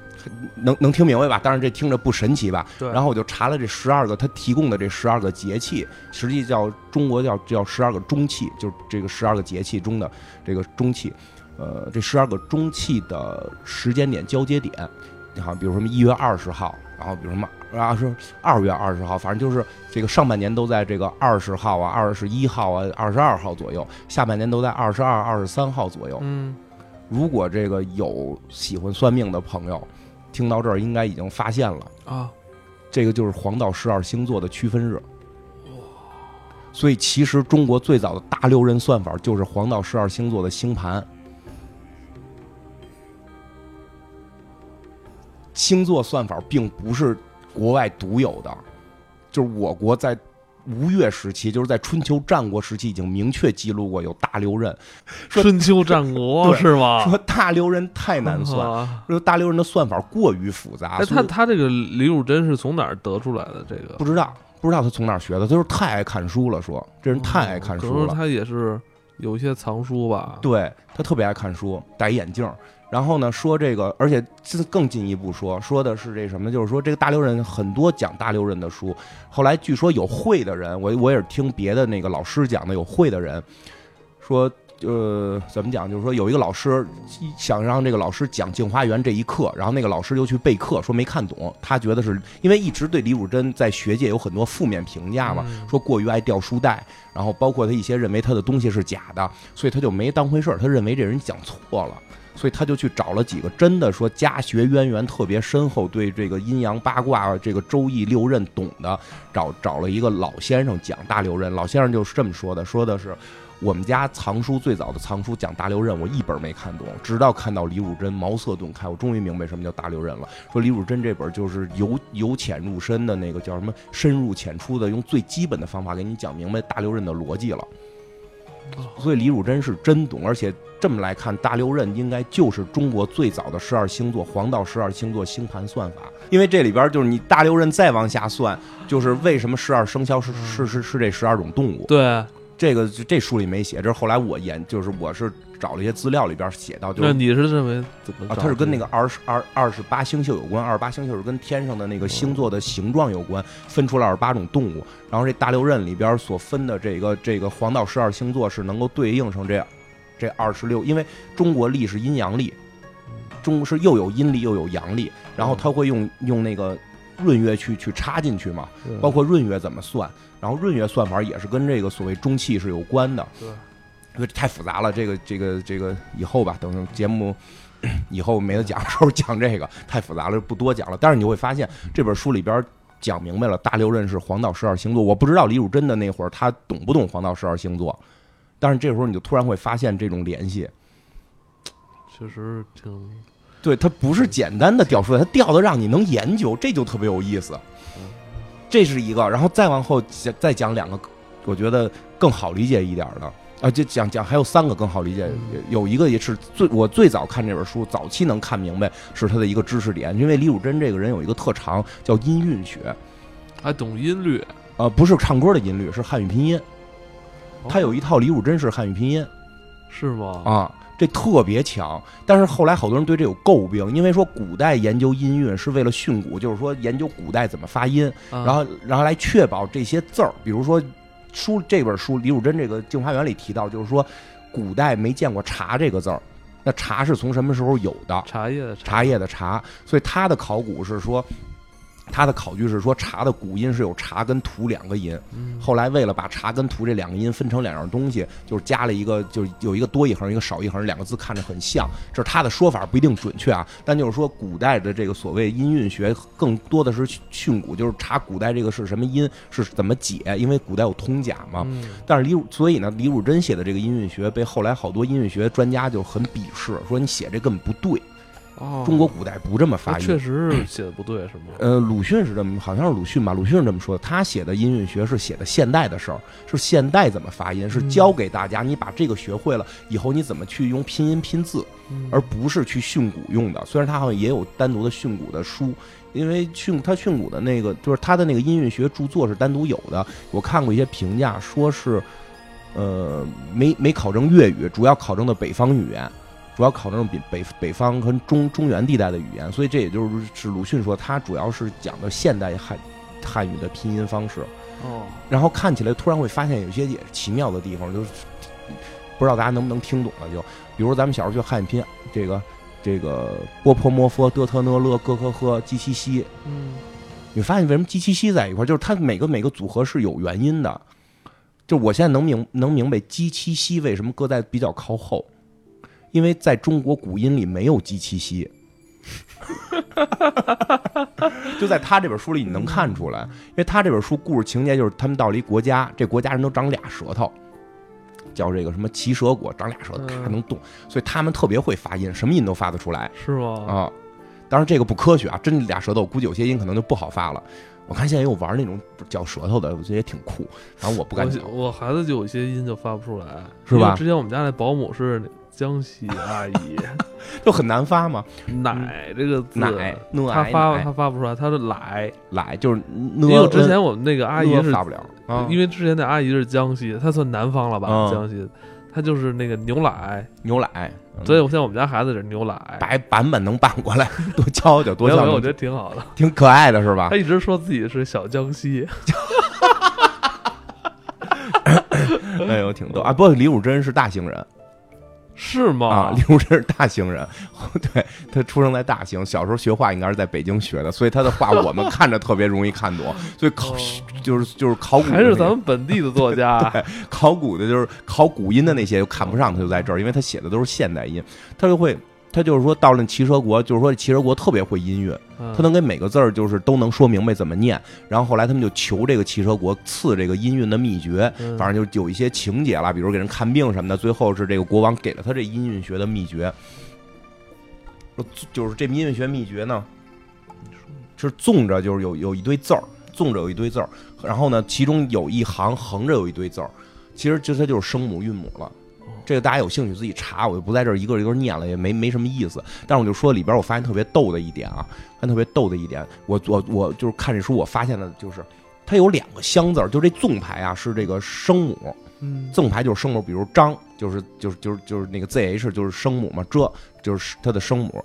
S2: 能能听明白吧？当然这听着不神奇吧？
S1: 对，
S2: 然后我就查了这十二个他提供的这十二个节气，实际叫中国叫叫十二个中气，就是这个十二个节气中的这个中气，呃，这十二个中气的时间点交接点，你好像比如什么一月二十号，然后比如什么啊是二月二十号，反正就是这个上半年都在这个二十号啊、二十一号啊、二十二号左右，下半年都在二十二、二十三号左右。
S1: 嗯
S2: 如果这个有喜欢算命的朋友，听到这儿应该已经发现了。
S1: 啊，
S2: 这个就是黄道十二星座的区分日。所以，其实中国最早的大六壬算法就是黄道十二星座的星盘。星座算法并不是国外独有的，就是我国在吴越时期，就是在春秋战国时期已经明确记录过有大六壬。说
S1: 春秋战国
S2: 对
S1: 是吗？
S2: 说大六壬太难算，
S1: 啊。
S2: 说大六壬的算法过于复杂。
S1: 哎，
S2: 所以
S1: 他他这个李汝珍是从哪儿得出来的？这个
S2: 不知道，不知道他从哪儿学的。他就是太爱看书了，说这人太爱
S1: 嗯
S2: 看
S1: 哦可能
S2: 书
S1: 是
S2: 了。
S1: 他也是有一些藏书吧。
S2: 对他特别爱看书，戴眼镜儿。然后呢，说这个，而且这更进一步说，说的是这什么？就是说这个大六壬很多讲大六壬的书，后来据说有会的人，我我也是听别的那个老师讲的，有会的人说，呃，怎么讲？就是说有一个老师想让这个老师讲《镜花缘》这一课，然后那个老师就去备课，说没看懂，他觉得是因为一直对李汝珍在学界有很多负面评价嘛，
S1: 嗯
S2: 说过于爱掉书袋，然后包括他一些认为他的东西是假的，所以他就没当回事儿，他认为这人讲错了。所以他就去找了几个真的说家学渊源特别深厚，对这个阴阳八卦、啊这个周易六壬懂的，找找了一个老先生讲大六壬。老先生就是这么说的，说的是我们家藏书最早的藏书讲大六壬，我一本没看懂，直到看到李汝珍茅塞顿开，我终于明白什么叫大六壬了。说李汝珍这本就是由由浅入深的那个叫什么深入浅出的，用最基本的方法给你讲明白大六壬的逻辑了。所以李汝珍是真懂，而且这么来看，大六壬应该就是中国最早的十二星座黄道十二星座星盘算法，因为这里边就是你大六壬再往下算，就是为什么十二生肖是是是是这十二种动物，
S1: 对，
S2: 这个就这书里没写，这是后来我研，就是我是找了一些资料里边写到，就
S1: 那
S2: 是
S1: 你是认为怎么找
S2: 啊，
S1: 的？
S2: 它是跟那个二十二二十八星宿有关，二十八星宿是跟天上的
S1: 哦
S2: 那个星座的形状有关，分出了二十八种动物。然后这大六壬里边所分的这个这个黄道十二星座是能够对应上这这二十六，因为中国历是阴阳历，中是又有阴历又有阳历，然后
S1: 哦
S2: 它会用用那个闰月去去插进去嘛，
S1: 对
S2: 包括闰月怎么算，然后闰月算法也是跟这个所谓中气是有关的。
S1: 对
S2: 因为这太复杂了，这个这个这个以后吧，等节目以后没得讲的时候讲这个太复杂了，不多讲了。但是你会发现这本书里边。讲明白了，大六壬是黄道十二星座。我不知道李汝珍的那会儿他懂不懂黄道十二星座，但是这时候你就突然会发现这种联系，
S1: 确实挺
S2: 对，它不是简单的调出来，它调的让你能研究，这就特别有意思。这是一个，然后再往后讲再讲两个，我觉得更好理解一点的啊，就讲讲还有三个更好理解，有一个也是最我最早看这本书，早期能看明白是它的一个知识点，因为李汝珍这个人有一个特长叫音韵学，
S1: 还懂音律，
S2: 呃，不是唱歌的音律，是汉语拼音，
S1: 哦
S2: 他有一套李汝珍式汉语拼音，
S1: 是吗？
S2: 啊，这特别强。但是后来好多人对这有诟病，因为说古代研究音韵是为了训诂，就是说研究古代怎么发音，
S1: 啊，
S2: 然后然后来确保这些字儿，比如说书这本书李汝珍这个《镜花缘》里提到，就是说古代没见过“茶”这个字儿，那“茶”是从什么时候有的？
S1: 茶叶的
S2: 茶叶的“茶”，所以他的考古是说。他的考据是说，茶的古音是有茶跟土两个音，
S1: 嗯
S2: 后来为了把茶跟图这两个音分成两样东西，就是加了一个，就是有一个多一横，一个少一横，两个字看着很像。这是他的说法，不一定准确啊。但就是说，古代的这个所谓音韵学，更多的是训诂，就是查古代这个是什么音，是怎么解，因为古代有通假嘛。
S1: 嗯
S2: 但是李汝，所以呢，李汝珍写的这个音韵学被后来好多音韵学专家就很鄙视，说你写这根本不对，
S1: 哦，
S2: 中国古代不这么
S1: 那
S2: 发音。
S1: 确实是写的不对，是吗？
S2: 呃，鲁迅是这么，好像是鲁迅吧？鲁迅是这么说的，他写的音韵学是写的现代的事儿，是现代怎么发音，
S1: 嗯
S2: 是教给大家，你把这个学会了以后，你怎么去用拼音拼字，
S1: 嗯
S2: 而不是去训诂用的。虽然他好像也有单独的训诂的书，因为训他训诂的那个就是他的那个音韵学著作是单独有的，我看过一些评价说是，呃，没没考证粤语，主要考证的北方语言。主要考证北北北方跟中中原地带的语言，所以这也就是是鲁迅说他主要是讲的现代汉汉语的拼音方式。
S1: 哦，
S2: 然后看起来突然会发现有些也是奇妙的地方，就是不知道大家能不能听懂了就。比如咱们小时候学汉语拼这个这个波泼摩佛德特讷勒哥呵呵基西西，
S1: 嗯，
S2: 你发现为什么基西西在一块儿？就是它每个每个组合是有原因的。就我现在能明能明白基七西为什么搁在比较靠后，因为在中国古音里没有基七 西。就在他这本书里，你能看出来，因为他这本书故事情节就是他们到了一国家，这国家人都长俩舌头，叫这个什么奇蛇果，长俩舌头，咔
S1: 嗯
S2: 能动，所以他们特别会发音，什么音都发得出来。
S1: 是吗？
S2: 啊。当然这个不科学啊，真俩舌头，我估计有些音可能就不好发了。我看现在有玩那种嚼舌头的，我觉得也挺酷。反正我不敢嚼
S1: 我我孩子就有些音就发不出来，
S2: 是
S1: 因
S2: 吧
S1: 为之前我们家那保姆是江西阿姨，
S2: 就很难发嘛。
S1: 奶这个字，
S2: 嗯奶，呢
S1: 她
S2: 哎
S1: 发
S2: 奶呃
S1: 她发不出来，她的奶，
S2: 来就是呢
S1: 因为我之前我们那个阿姨
S2: 呢
S1: 是
S2: 发不了，啊
S1: 因为之前那阿姨是江西，她算南方了吧？
S2: 嗯
S1: 江西，她就是那个牛奶，
S2: 牛奶，嗯
S1: 所以我像我们家孩子是牛奶，
S2: 白版本能办过来， 多教教多啊
S1: 没有
S2: 教
S1: 没有，我觉
S2: 教
S1: 得，挺好的。
S2: 挺可爱的是吧
S1: 她？一直说自己是小江 西，
S2: 哎呦，挺逗啊！不过李汝珍是大兴人
S1: 是
S2: 啊
S1: 吗，
S2: 李？汝珍是大兴人， 对他出生在大兴，小时候学画应该是在北京学的，所以他的画我们看着特别容易看懂，所以考
S1: 哦
S2: 就是就是考古
S1: 还是
S2: 那个
S1: 咱们本地的作家
S2: 考古的，就是考古音的那些，看不上他就在这儿，因为他写的都是现代音，他就会，他就是说到了骑蛇国，就是说骑蛇国特别会音乐，
S1: 嗯
S2: 他能给每个字儿就是都能说明白怎么念，然后后来他们就求这个骑蛇国赐这个音韵的秘诀，
S1: 嗯
S2: 反正就有一些情节啦，比如给人看病什么的，最后是这个国王给了他这音韵学的秘诀，就是这音韵学秘诀呢，是纵着就是有有一堆字儿，纵着有一堆字儿，然后呢，其中有一行横着有一堆字儿。其实就它就是声母韵母了。这个大家有兴趣自己查，我就不在这儿一个一个念了，也没没什么意思。但是我就说里边我发现特别逗的一点啊，发现特别逗的一点，我我我就是看这书我发现的就是它有两个香字儿，就这纵排啊是这个声母，
S1: 嗯
S2: 正牌就是声母，比如张就是就是就是就是那个 zh 就是声母嘛，这就是它的声母，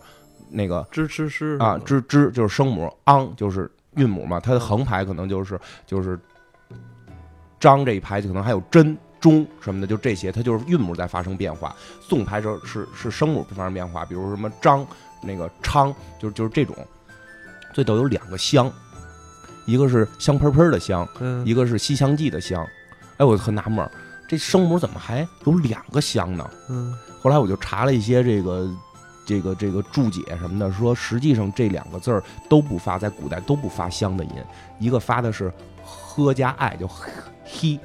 S2: 那个
S1: 支吃吃
S2: 啊之之就是声母昂就是韵母嘛，它的横排可能就是就是啊张这一排可能还有真中什么的，就这些，它就是韵母在发生变化，纵排是是是声母发生变化，比如什么张那个昌就是就是这种，最逗有两个香，一个是香喷喷的香。
S1: 嗯
S2: 一个是《西厢记》的香。哎，我很纳闷儿，这声母怎么还有两个香呢？
S1: 嗯
S2: 后来我就查了一些这个、这个、这个注解什么的，说实际上这两个字儿都不发，在古代都不发香的音，一个发的是“呵”加“爱”， 叫 “he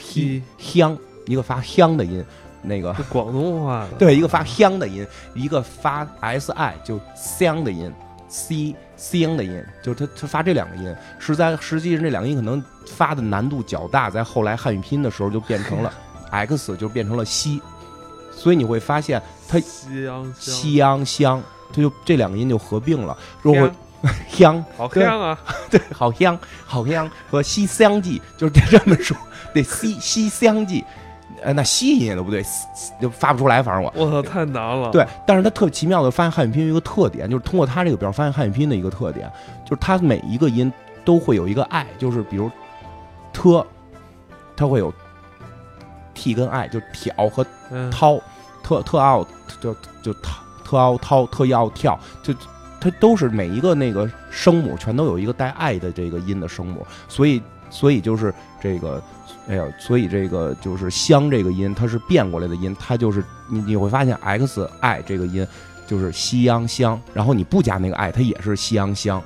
S2: he
S1: 一
S2: 香”，一个发“香”的音，那个
S1: 这广东话的 啊
S2: 对，一个发香的音，一个发 s i 就香的音，c 香的音，就是它它发这两个音，是在实际上这两个音可能发的难度较大，在后来汉语拼音的时候就变成了 x，就 变成了西，所以你会发现它
S1: 西洋香
S2: 香香，它就这两个音就合并了，如果
S1: 香
S2: 香
S1: 好香啊，
S2: 对，好香好香和西厢记就是得这么说，得西西厢记，呃，那西音也都不对，西就发不出来，反正我。
S1: 我操，太难了。
S2: 对，但是它特别奇妙的发现汉语拼音有一个特点，就是通过它这个表发现汉语拼音的一个特点，就是它每一个音都会有一个 i，就是比如 t，它会有 t 跟 i，就挑和
S1: 嗯，
S2: 掏，特特奥就就掏特奥掏特要跳，就它都是每一个那个声母全都有一个带 i 的这个音的声母，所以所以就是这个，哎呀，所以这个就是香这个音，它是变过来的音，它就是你你会发现 x i 这个音就是西洋香，然后你不加那个 i，它也是西洋香。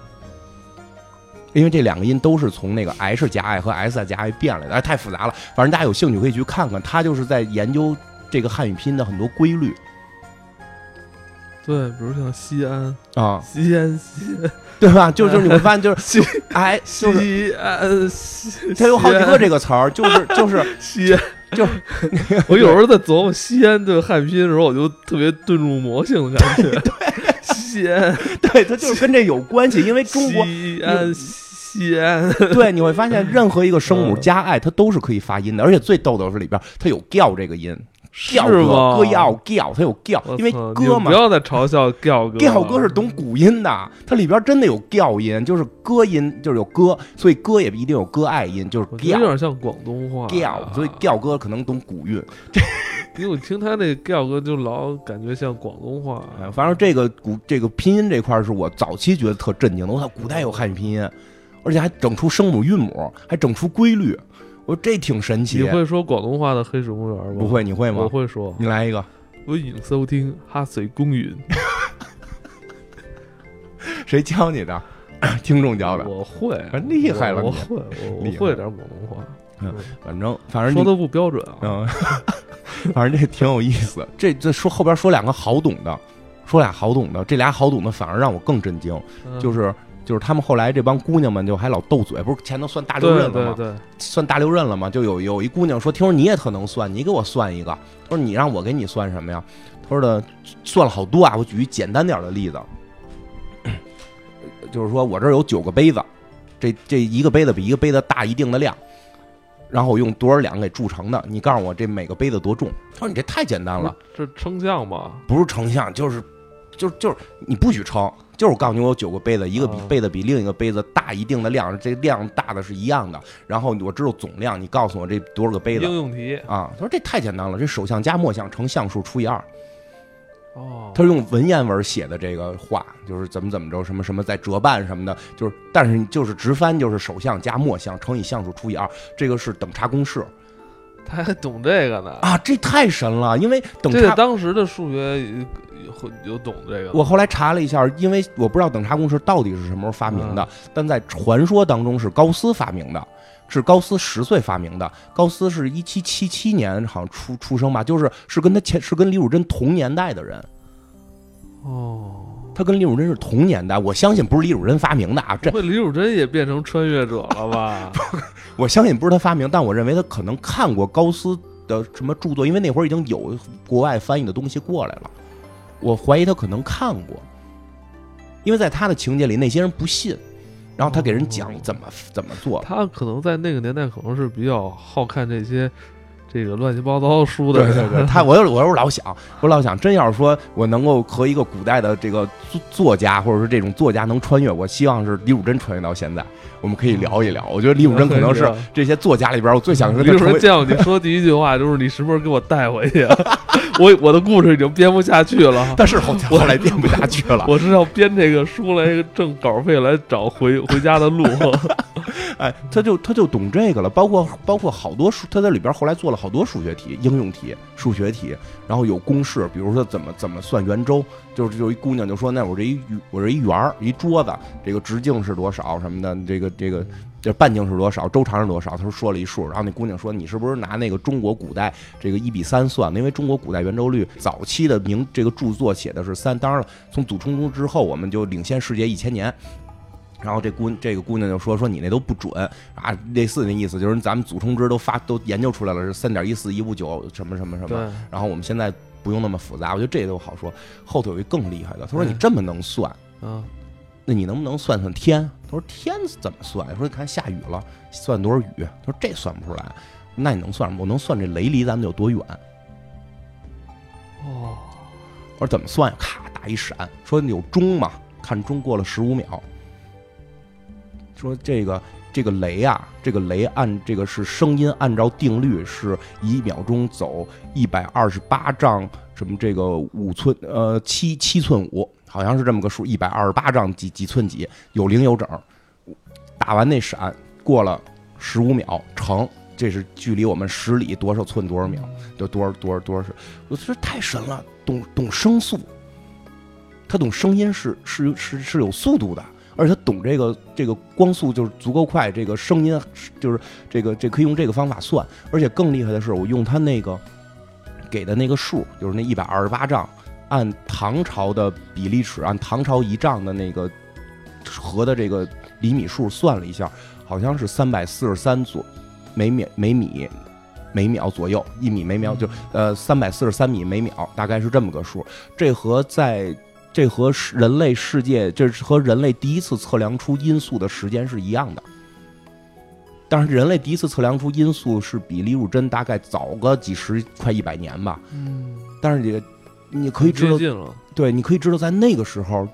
S2: 因为这两个音都是从那个 h 加 i 和 s 加 i 变来的，哎，太复杂了。反正大家有兴趣可以去看看，他就是在研究这个汉语拼音的很多规律
S1: 对，比如像西安、
S2: 啊，
S1: 西安、西
S2: 对吧？就 就是你会发现，就是
S1: 西
S2: 哎，就是
S1: 西安、西，
S2: 它有好几个
S1: 西
S2: 这个词儿，就是就是
S1: 西安。
S2: 就
S1: 我有时候在琢磨西安这个汉语拼音的时候，我就特别遁入魔性的感觉。西安，
S2: 对，它就是跟这有关系，因为中国
S1: 西安，西安，
S2: 对你会发现任何一个声母
S1: 嗯
S2: 加 i 它都是可以发音的，而且最逗的是里边它有 giao 这个音
S1: 是
S2: ，giao
S1: 吗？
S2: 歌歌要 giao，它有 giao，
S1: 我
S2: 因为
S1: 操你
S2: 歌
S1: 们
S2: 嘛
S1: 不。要再嘲笑 giao 哥了，
S2: 调歌是懂古音的，它里边真的有调音，就是歌音，就是有歌，所以歌也一定有歌爱音，就是
S1: 我觉得有
S2: 调
S1: 点像广东话。啊
S2: 调，所以调歌可能懂古韵，
S1: 因为我听他那 giao 哥就老感觉像广东话。
S2: 哎反正这个古这个拼音这块儿是我早期觉得特震惊的。我操，古代有汉语拼音，而且还整出声母韵母，还整出规律，我说这挺神
S1: 你
S2: 奇。
S1: 会说广东话的黑水公园吗？
S2: 不，会？你会
S1: 我
S2: 吗？
S1: 会说。
S2: 你来一个，
S1: 欢迎收听《哈水公园
S2: 谁教你的？ 听众》，教的。
S1: 我会，
S2: 很厉害了
S1: 我我
S2: 你
S1: 会，我我
S2: 厉害嗯
S1: 会点广东话，
S2: 反正反正
S1: 说
S2: 你
S1: 的不标准啊。
S2: 嗯， 反正这挺有意思。这这说后边说两个好懂的，说俩好懂的，这俩好懂的反而让我更震惊，
S1: 嗯
S2: 就是。就是他们后来这帮姑娘们就还老斗嘴，不是前头算大六壬了
S1: 对
S2: 吗？
S1: 对对，
S2: 算大六壬了吗？就有有一姑娘说，听说你也特能算，你给我算一个。她说你让我给你算什么呀？她说的算了好多啊，我举一简单点儿的例子， 就是说我这儿有九个杯子，这这一个杯子比一个杯子大一定的量，然后我用多少两给铸成的，你告诉我这每个杯子多重？她说你这太简单了，
S1: 这称象嘛，
S2: 不是成像，就是就就是你不许称，就是我告诉你，我有九个杯子，一个比
S1: 啊
S2: 杯子比另一个杯子大一定的量，这量大的是一样的。然后我知道总量，你告诉我这多少个杯
S1: 应
S2: 子。
S1: 用题
S2: 啊，他说这太简单了，这首项加末项乘项数除以二。
S1: 哦。
S2: 他是用文言文写的这个话，就是怎么怎么着，什么什么在折半什么的，就是但是就是直翻就是首项加末项乘以项数除以二，这个是等差公式
S1: 他还懂这个呢，
S2: 啊，这太神了，因为等
S1: 这
S2: 差
S1: 个当时的数学有有懂这个吗，
S2: 我后来查了一下，因为我不知道等差公式到底是什么时候发明的，但在传说当中是高斯发明的，是高斯十岁发明的。高斯是一七七七年好像出出生吧，就是是跟他前是跟李汝珍同年代的人。
S1: 哦，
S2: 他跟李汝珍是同年代，我相信不是李汝珍发明的啊，这
S1: 不会李汝珍也变成穿越者了 吧？
S2: 我相信不是他发明，但我认为他可能看过高斯的什么著作，因为那会儿已经有国外翻译的东西过来了，我怀疑他可能看过，因为在他的情节里，那些人不信，然后他给人讲
S1: 哦
S2: 怎么怎么做，
S1: 他可能在那个年代可能是比较好看这些这个乱七八糟书的
S2: 对
S1: 人，
S2: 对对， 他我有我有老想，我老想，真要是说我能够和一个古代的这个作作家，或者说这种作家能穿越，我希望是李汝珍穿越到现在，我们可以聊一聊。我觉得李汝珍可能是这些作家里边我最想
S1: 嗯
S2: 跟
S1: 李
S2: 他
S1: 汝
S2: 成
S1: 珍
S2: 为。
S1: 见到你说第一句话就是你什么时候给我带回去？啊 我我的故事已经编不下去了，
S2: 但是后后来编不下去了，
S1: 我是要编这个书来挣稿费来找回 回家的 路。
S2: 哎，他就他就懂这个了，包括包括好多数，他在里边后来做了好多数学题、应用题、数学题，然后有公式，比如说怎么怎么算圆周，就是有一姑娘就说，那我这一我这一圆儿一桌子，这个直径是多少什么的，这个这个这半径是多少，周长是多少，他说说了一数，然后那姑娘说，你是不是拿那个中国古代这个一比三算的？因为中国古代圆周率早期的名这个著作写的是三，当然了，从祖冲之后我们就领先世界一千年。然后这姑这个姑娘就说说你那都不准啊，类似那意思就是咱们祖冲之都发都研究出来了是三点一四一五九什么什么什么，
S1: 对，
S2: 然后我们现在不用那么复杂，我觉得这都好说。后头有一更厉害的，他说
S1: 嗯
S2: 你这么能算，
S1: 啊，
S2: 那你能不能算算天？他说天怎么算？说你看下雨了，算多少雨？他说这算不出来，那你能算什么？我能算这雷离咱们有多远。
S1: 哦，
S2: 我说怎么算呀？咔打一闪，说有钟嘛，看钟过了十五秒，说这个这个雷啊，这个雷按这个是声音，按照定律是一秒钟走一百二十八丈，什么这个五寸呃七七寸五，好像是这么个数，一百二十八丈几几寸几，有零有整。打完那闪过了十五秒成，这是距离我们十里多少寸多少秒，就多少多少多少是，我说太神了，懂懂声速，他懂声音是是是是有速度的，而且他懂这个这个光速就是足够快，这个声音是就是这个这可以用这个方法算，而且更厉害的是，我用他那个给的那个数，就是那一百二十八丈，按唐朝的比例尺，按唐朝一丈的那个和的这个厘米数算了一下，好像是三百四十三左每秒每米每秒左右，一米每秒就呃三百四十三米每秒，大概是这么个数。这和在这和世人类世界，这是和人类第一次测量出音速的时间是一样的。但是人类第一次测量出音速是比李汝珍大概早个几十快一百年吧。
S1: 嗯，
S2: 但是也你可以知道
S1: 接，近了，
S2: 对，你可以知道在那个时候，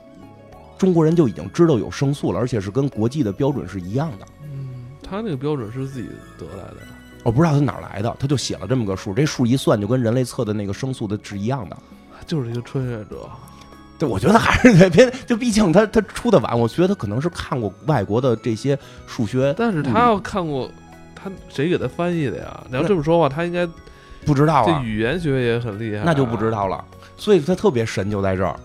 S2: 中国人就已经知道有声速了，而且是跟国际的标准是一样的。
S1: 嗯，他那个标准是自己得来 的，
S2: 我哦不知道他哪儿来的，他就写了这么个数，这数一算就跟人类测的那个声速的是一样的。
S1: 就是一个穿越者，
S2: 对，我觉得还是得别，就毕竟他他出的晚，我觉得他可能是看过外国的这些数学，
S1: 但是他要看过。他谁给他翻译的呀？你要这么说话，他应该
S2: 不知道
S1: 这
S2: 嗯啊，
S1: 语言学也很厉害、啊
S2: 那就不知。道了。所以他特别神就在这儿，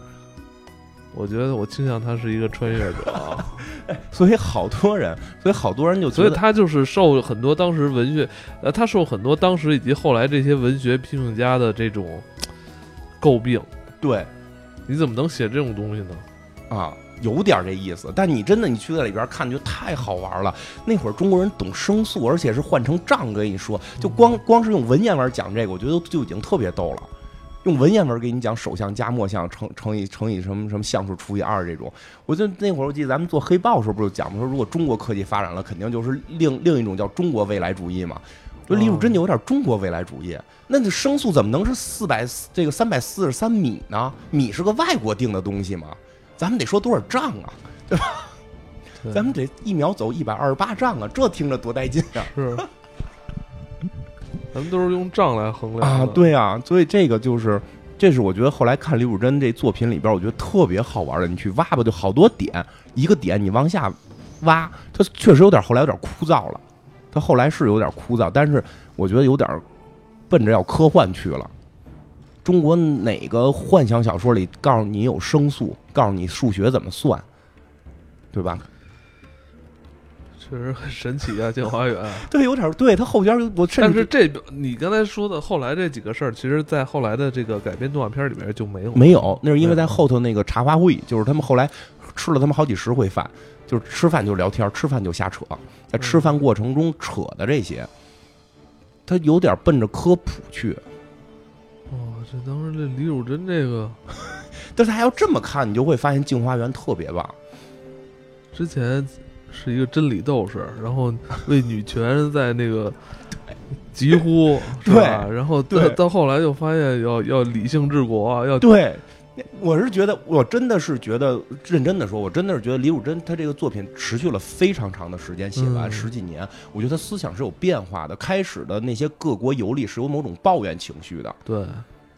S1: 我觉得我倾向他是一个穿越者，啊
S2: 所以好多人，所以好多人就
S1: 所
S2: 觉
S1: 以
S2: 得，
S1: 他就是受很多当时文学，呃，他受很多当时以及后来这些文学批评家的这种诟病。
S2: 对
S1: 你怎么能写这种东西呢？
S2: 啊，有点这意思。但你真的你去在里边看，就太好玩了。那会儿中国人懂声速，而且是换成丈跟你说，就光光是用文言文讲这个，我觉得就已经特别逗了。用文言文给你讲首相加末相乘乘以乘以什么什么项数除以二这种，我就那会儿我记得咱们做黑豹的时候不就讲吗？说如果中国科技发展了，肯定就是另另一种叫中国未来主义嘛。就李汝珍就有点中国未来主义，那你声速怎么能是四百这个三百四十三米呢？米是个外国定的东西嘛，咱们得说多少丈啊？
S1: 对
S2: 咱们得一秒走一百二十八丈啊，这听着多带劲啊！
S1: 是， 咱们都是用丈来衡量
S2: 啊，
S1: 的，
S2: 对啊，所以这个就是，这是我觉得后来看李汝珍这作品里边，我觉得特别好玩的。你去挖吧，就好多点，一个点你往下挖，它确实有点后来有点枯燥了，它后来是有点枯燥，但是我觉得有点奔着要科幻去了。中国哪个幻想小说里告诉你有声速，告诉你数学怎么算，对吧？
S1: 这确实很神奇啊，镜花缘。
S2: 对，有点儿对他后边儿我甚
S1: 但
S2: 至
S1: 是这你刚才说的后来这几个事儿，其实，在后来的这个改编动画片里面就没有。
S2: 没有，那是因为
S1: 没
S2: 在
S1: 有
S2: 后头那个茶话会，就是他们后来吃了他们好几十回饭，就是吃饭就聊天，吃饭就瞎扯，在吃饭过程中扯的这些，他有点奔着科普去。
S1: 哦，这当时这李汝珍这个
S2: 但是他要这么看，你就会发现《镜花缘》特别棒。
S1: 之前是一个真理斗士，然后为女权在那 个疾呼，是吧？然后到
S2: 对
S1: 到后来就发现要要理性治国，啊要
S2: 对，那我是觉得，我真的是觉得，认真的说，我真的是觉得李汝珍她这个作品持续了非常长的时间，写完
S1: 嗯
S2: 十几年，我觉得她思想是有变化的。开始的那些各国游历是有某种抱怨情绪的，
S1: 对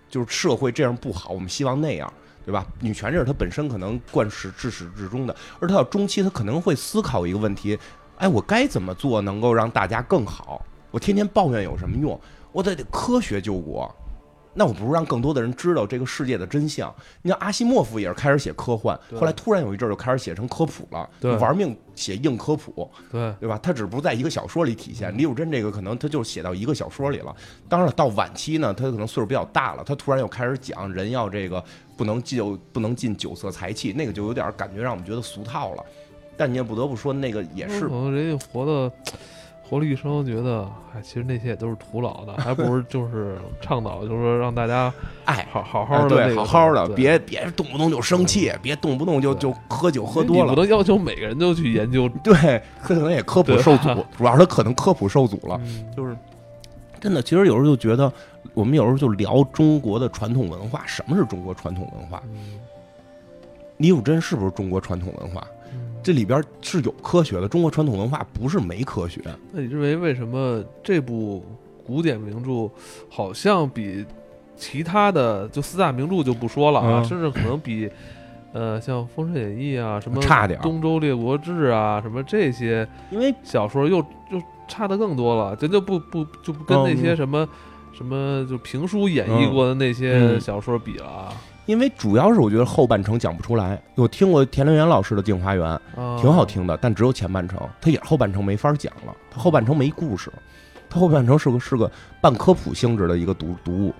S2: 就是社会这样不好，我们希望那样。对吧？女权这是她本身可能贯始至始至终的，而她到中期，她可能会思考一个问题：哎，我该怎么做能够让大家更好？我天天抱怨有什么用？我得得科学救国。那我不如让更多的人知道这个世界的真相。你像阿西莫夫也是开始写科幻，
S1: 对
S2: 后来突然有一阵儿就开始写成科普了，
S1: 对
S2: 就玩命写硬科普，
S1: 对，
S2: 对吧？他只不过在一个小说里体
S1: 嗯
S2: 现。李汝珍这个可能他就写到一个小说里了。当然了，到晚期呢，他可能岁数比较大了，他突然又开始讲人要这个不能就不能进酒色财气，那个就有点感觉让我们觉得俗套了。但你也不得不说，那个也是
S1: 可能人家活的。活了一生，觉得哎，其实那些也都是徒劳的，还不如就是倡导，就是说让大家
S2: 爱。
S1: 好好
S2: 哎
S1: 好的、
S2: 对，好好的，
S1: 对
S2: 别别动不动就生气，别动不动就
S1: 对
S2: 就喝酒喝
S1: 你
S2: 多了
S1: 不。能要求每个人都去研究。
S2: 对，可能也科普
S1: 对
S2: 受 阻，主要是他可能科普受阻了。
S1: 嗯
S2: 就是真的，其实有时候就觉得，我们有时候就聊中国的传统文化，什么是中国传统文化？
S1: 嗯
S2: 李汝珍是不是中国传统文化？
S1: 嗯
S2: 这里边是有科学的，中国传统文化不是没科学。
S1: 那你认为为什么这部古典名著好像比其他的就四大名著就不说了啊，
S2: 嗯
S1: 甚至可能比呃像《封神演义》啊、什么
S2: 差点
S1: 《
S2: 儿
S1: 东周列国志》啊、什么这些
S2: 因为
S1: 小说又又差的更多了，这就不不就不跟
S2: 嗯
S1: 那些什么。什么就评书演绎过的那些
S2: 嗯
S1: 小说比了啊，
S2: 因为主要是我觉得后半程讲不出来。我听过田连元老师的《镜花缘》，
S1: 啊
S2: 嗯挺好听的，但只有前半程，它也后半程没法讲了，它后半程没故事，它后半程是个是个半科普性质的一个读读物。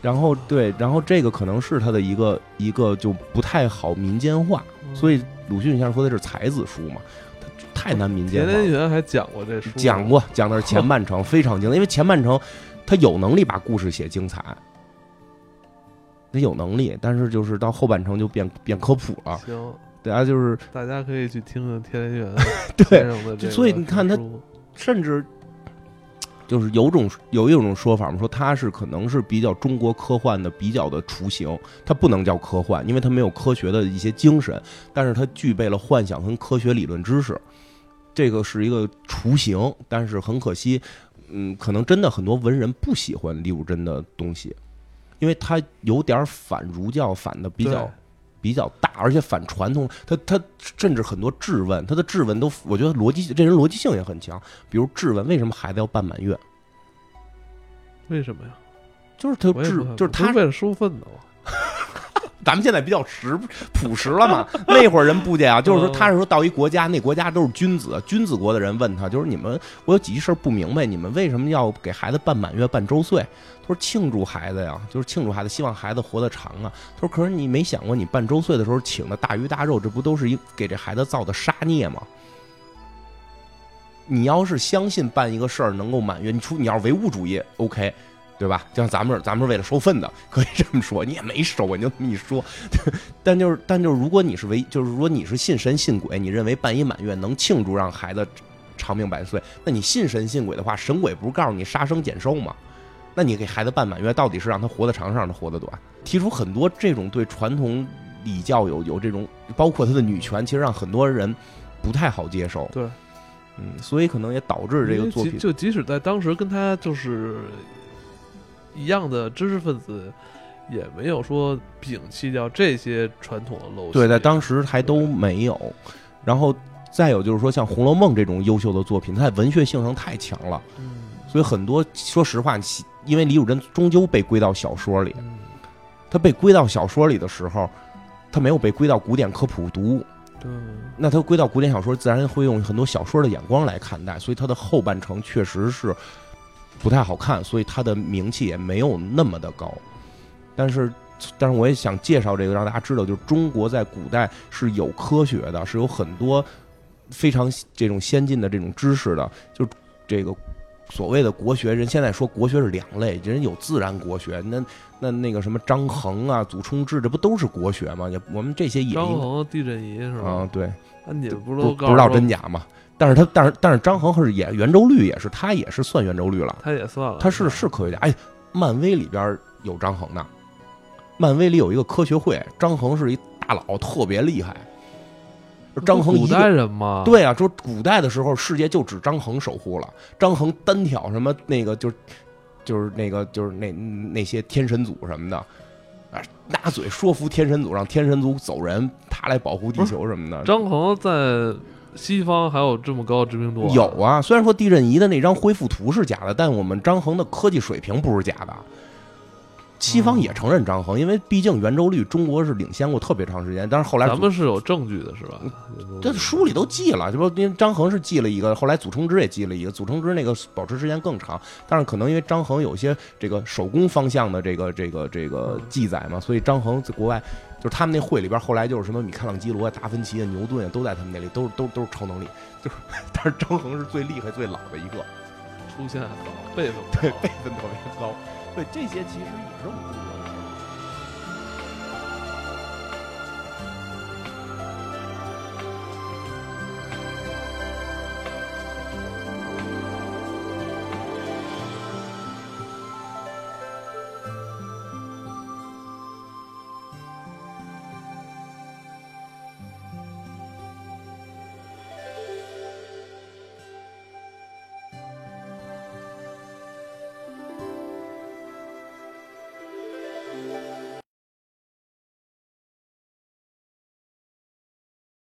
S2: 然后对，然后这个可能是它的一个一个就不太好民间化，
S1: 嗯
S2: 所以鲁迅先生说的是才子书嘛，它太难民间
S1: 田
S2: 化。
S1: 连
S2: 了。
S1: 元还讲过这书，啊
S2: 讲过，讲的是前半程，非常精彩，因为前半程他有能力把故事写精彩，他有能力，但是就是到后半程就变变科普了，
S1: 行，
S2: 大家就是
S1: 大家可以去听听田连元啊
S2: 对
S1: 先生的这个
S2: 所以你看他
S1: 书
S2: 甚至就是有种有一种说法嘛，说它是可能是比较中国科幻的比较的雏形，它不能叫科幻，因为它没有科学的一些精神，但是它具备了幻想跟科学理论知识，这个是一个雏形，但是很可惜，嗯，可能真的很多文人不喜欢李汝珍的东西，因为他有点反儒教，反的比较
S1: 对。
S2: 比较大，而且反传统。他他甚至很多质问，他的质问都，我觉得逻辑这人逻辑性也很强。比如质问为什么孩子要办满月，
S1: 为什么呀？
S2: 就是他
S1: 我也
S2: 质
S1: 不太
S2: 就是
S1: 我不
S2: 他
S1: 是，为了收愤的吗？
S2: 咱们现在比较实朴实了嘛。那会儿人不介啊，就是说
S1: 嗯
S2: 他是说到一国家，那国家都是君子，君子国的人问他，就是你们我有几件事儿不明白，你们为什么要给孩子办满月、办周岁？他说庆祝孩子呀，就是庆祝孩子，希望孩子活得长啊。他说可是你没想过，你办周岁的时候请的大鱼大肉，这不都是一给这孩子造的杀孽吗？你要是相信办一个事儿能够满月，你出你要是唯物主义，OK，对吧？就像咱们是咱们是为了收粪的，可以这么说，你也没收，你就这么一说。 但就是但就是，如果你是唯就是如果你是信神信鬼，你认为半一满月能庆祝让孩子长命百岁，那你信神信鬼的话，神鬼不是告诉你杀生减寿吗？那你给孩子办满月，到底是让他活得长，是让他活得短？提出很多这种对传统礼教有有这种，包括他的女权，其实让很多人不太好接受。
S1: 对，
S2: 嗯，所以可能也导致这
S1: 因
S2: 个
S1: 为
S2: 作
S1: 即
S2: 品
S1: 就即使在当时跟他就是一样的知识分子，也没有说摒弃掉这些传统的陋习。
S2: 对，在当时还都没有。然后再有就是说，像《红楼梦》这种优秀的作品，它在文学性上太强了，
S1: 嗯
S2: 所以很多说实话，其因为李汝珍终究被归到小说里，
S1: 嗯
S2: 他被归到小说里的时候，他没有被归到古典科普读物，
S1: 对，
S2: 那它归到古典小说，自然会用很多小说的眼光来看待，所以它的后半程确实是不太好看，所以它的名气也没有那么的高。但是，但是我也想介绍这个，让大家知道，就是中国在古代是有科学的，是有很多非常这种先进的这种知识的，就是这个。所谓的国学，人现在说国学是两类，人有自然国学，那那那个什么张衡啊、祖冲之，这不都是国学吗？也我们这些也
S1: 张
S2: 应
S1: 衡地震仪是
S2: 该
S1: 吧
S2: 啊？，对，
S1: 那你们不是
S2: 不
S1: 都
S2: 不
S1: 告
S2: 知
S1: 诉
S2: 道
S1: 我
S2: 真假嘛？但是他但是但是张衡是也圆周率也是他也是算圆周率了，
S1: 他也算了，
S2: 他是是科学家。哎，漫威里边有张衡的，漫威里有一个科学会，张衡是一大佬，特别厉害。张衡
S1: 古
S2: 一个
S1: 代人嘛，，
S2: 对啊，说古代的时候，世界就只张衡守护了。张衡单挑什么那个就是就是那个就是那那些天神组什么的，啊，拿嘴说服天神组，让天神组走人，他来保护地球什么的。
S1: 张衡在西方还有这么高的知名度、
S2: 有，啊，虽然说地震仪的那张恢复图是假的，但我们张衡的科技水平不是假的。西
S1: 嗯
S2: 方也承认张衡，因为毕竟圆周率中国是领先过特别长时间，但是后来
S1: 咱们是有证据的是吧？
S2: 这书里都记了，这不因为张衡是记了一个，后来祖冲之也记了一个，祖冲之那个保持时间更长，但是可能因为张衡有些这个手工方向的这个这个这个记载嘛，所以张衡在国外就是他们那会里边后来就是什么米开朗基罗啊、达芬奇啊、牛顿啊都在他们那里，都是都都是超能力，就是 但是张衡是最厉害最老的一个， 哎
S1: 出现辈分不
S2: 对
S1: 高
S2: 辈分特别高，对这些其实也是我们中国的。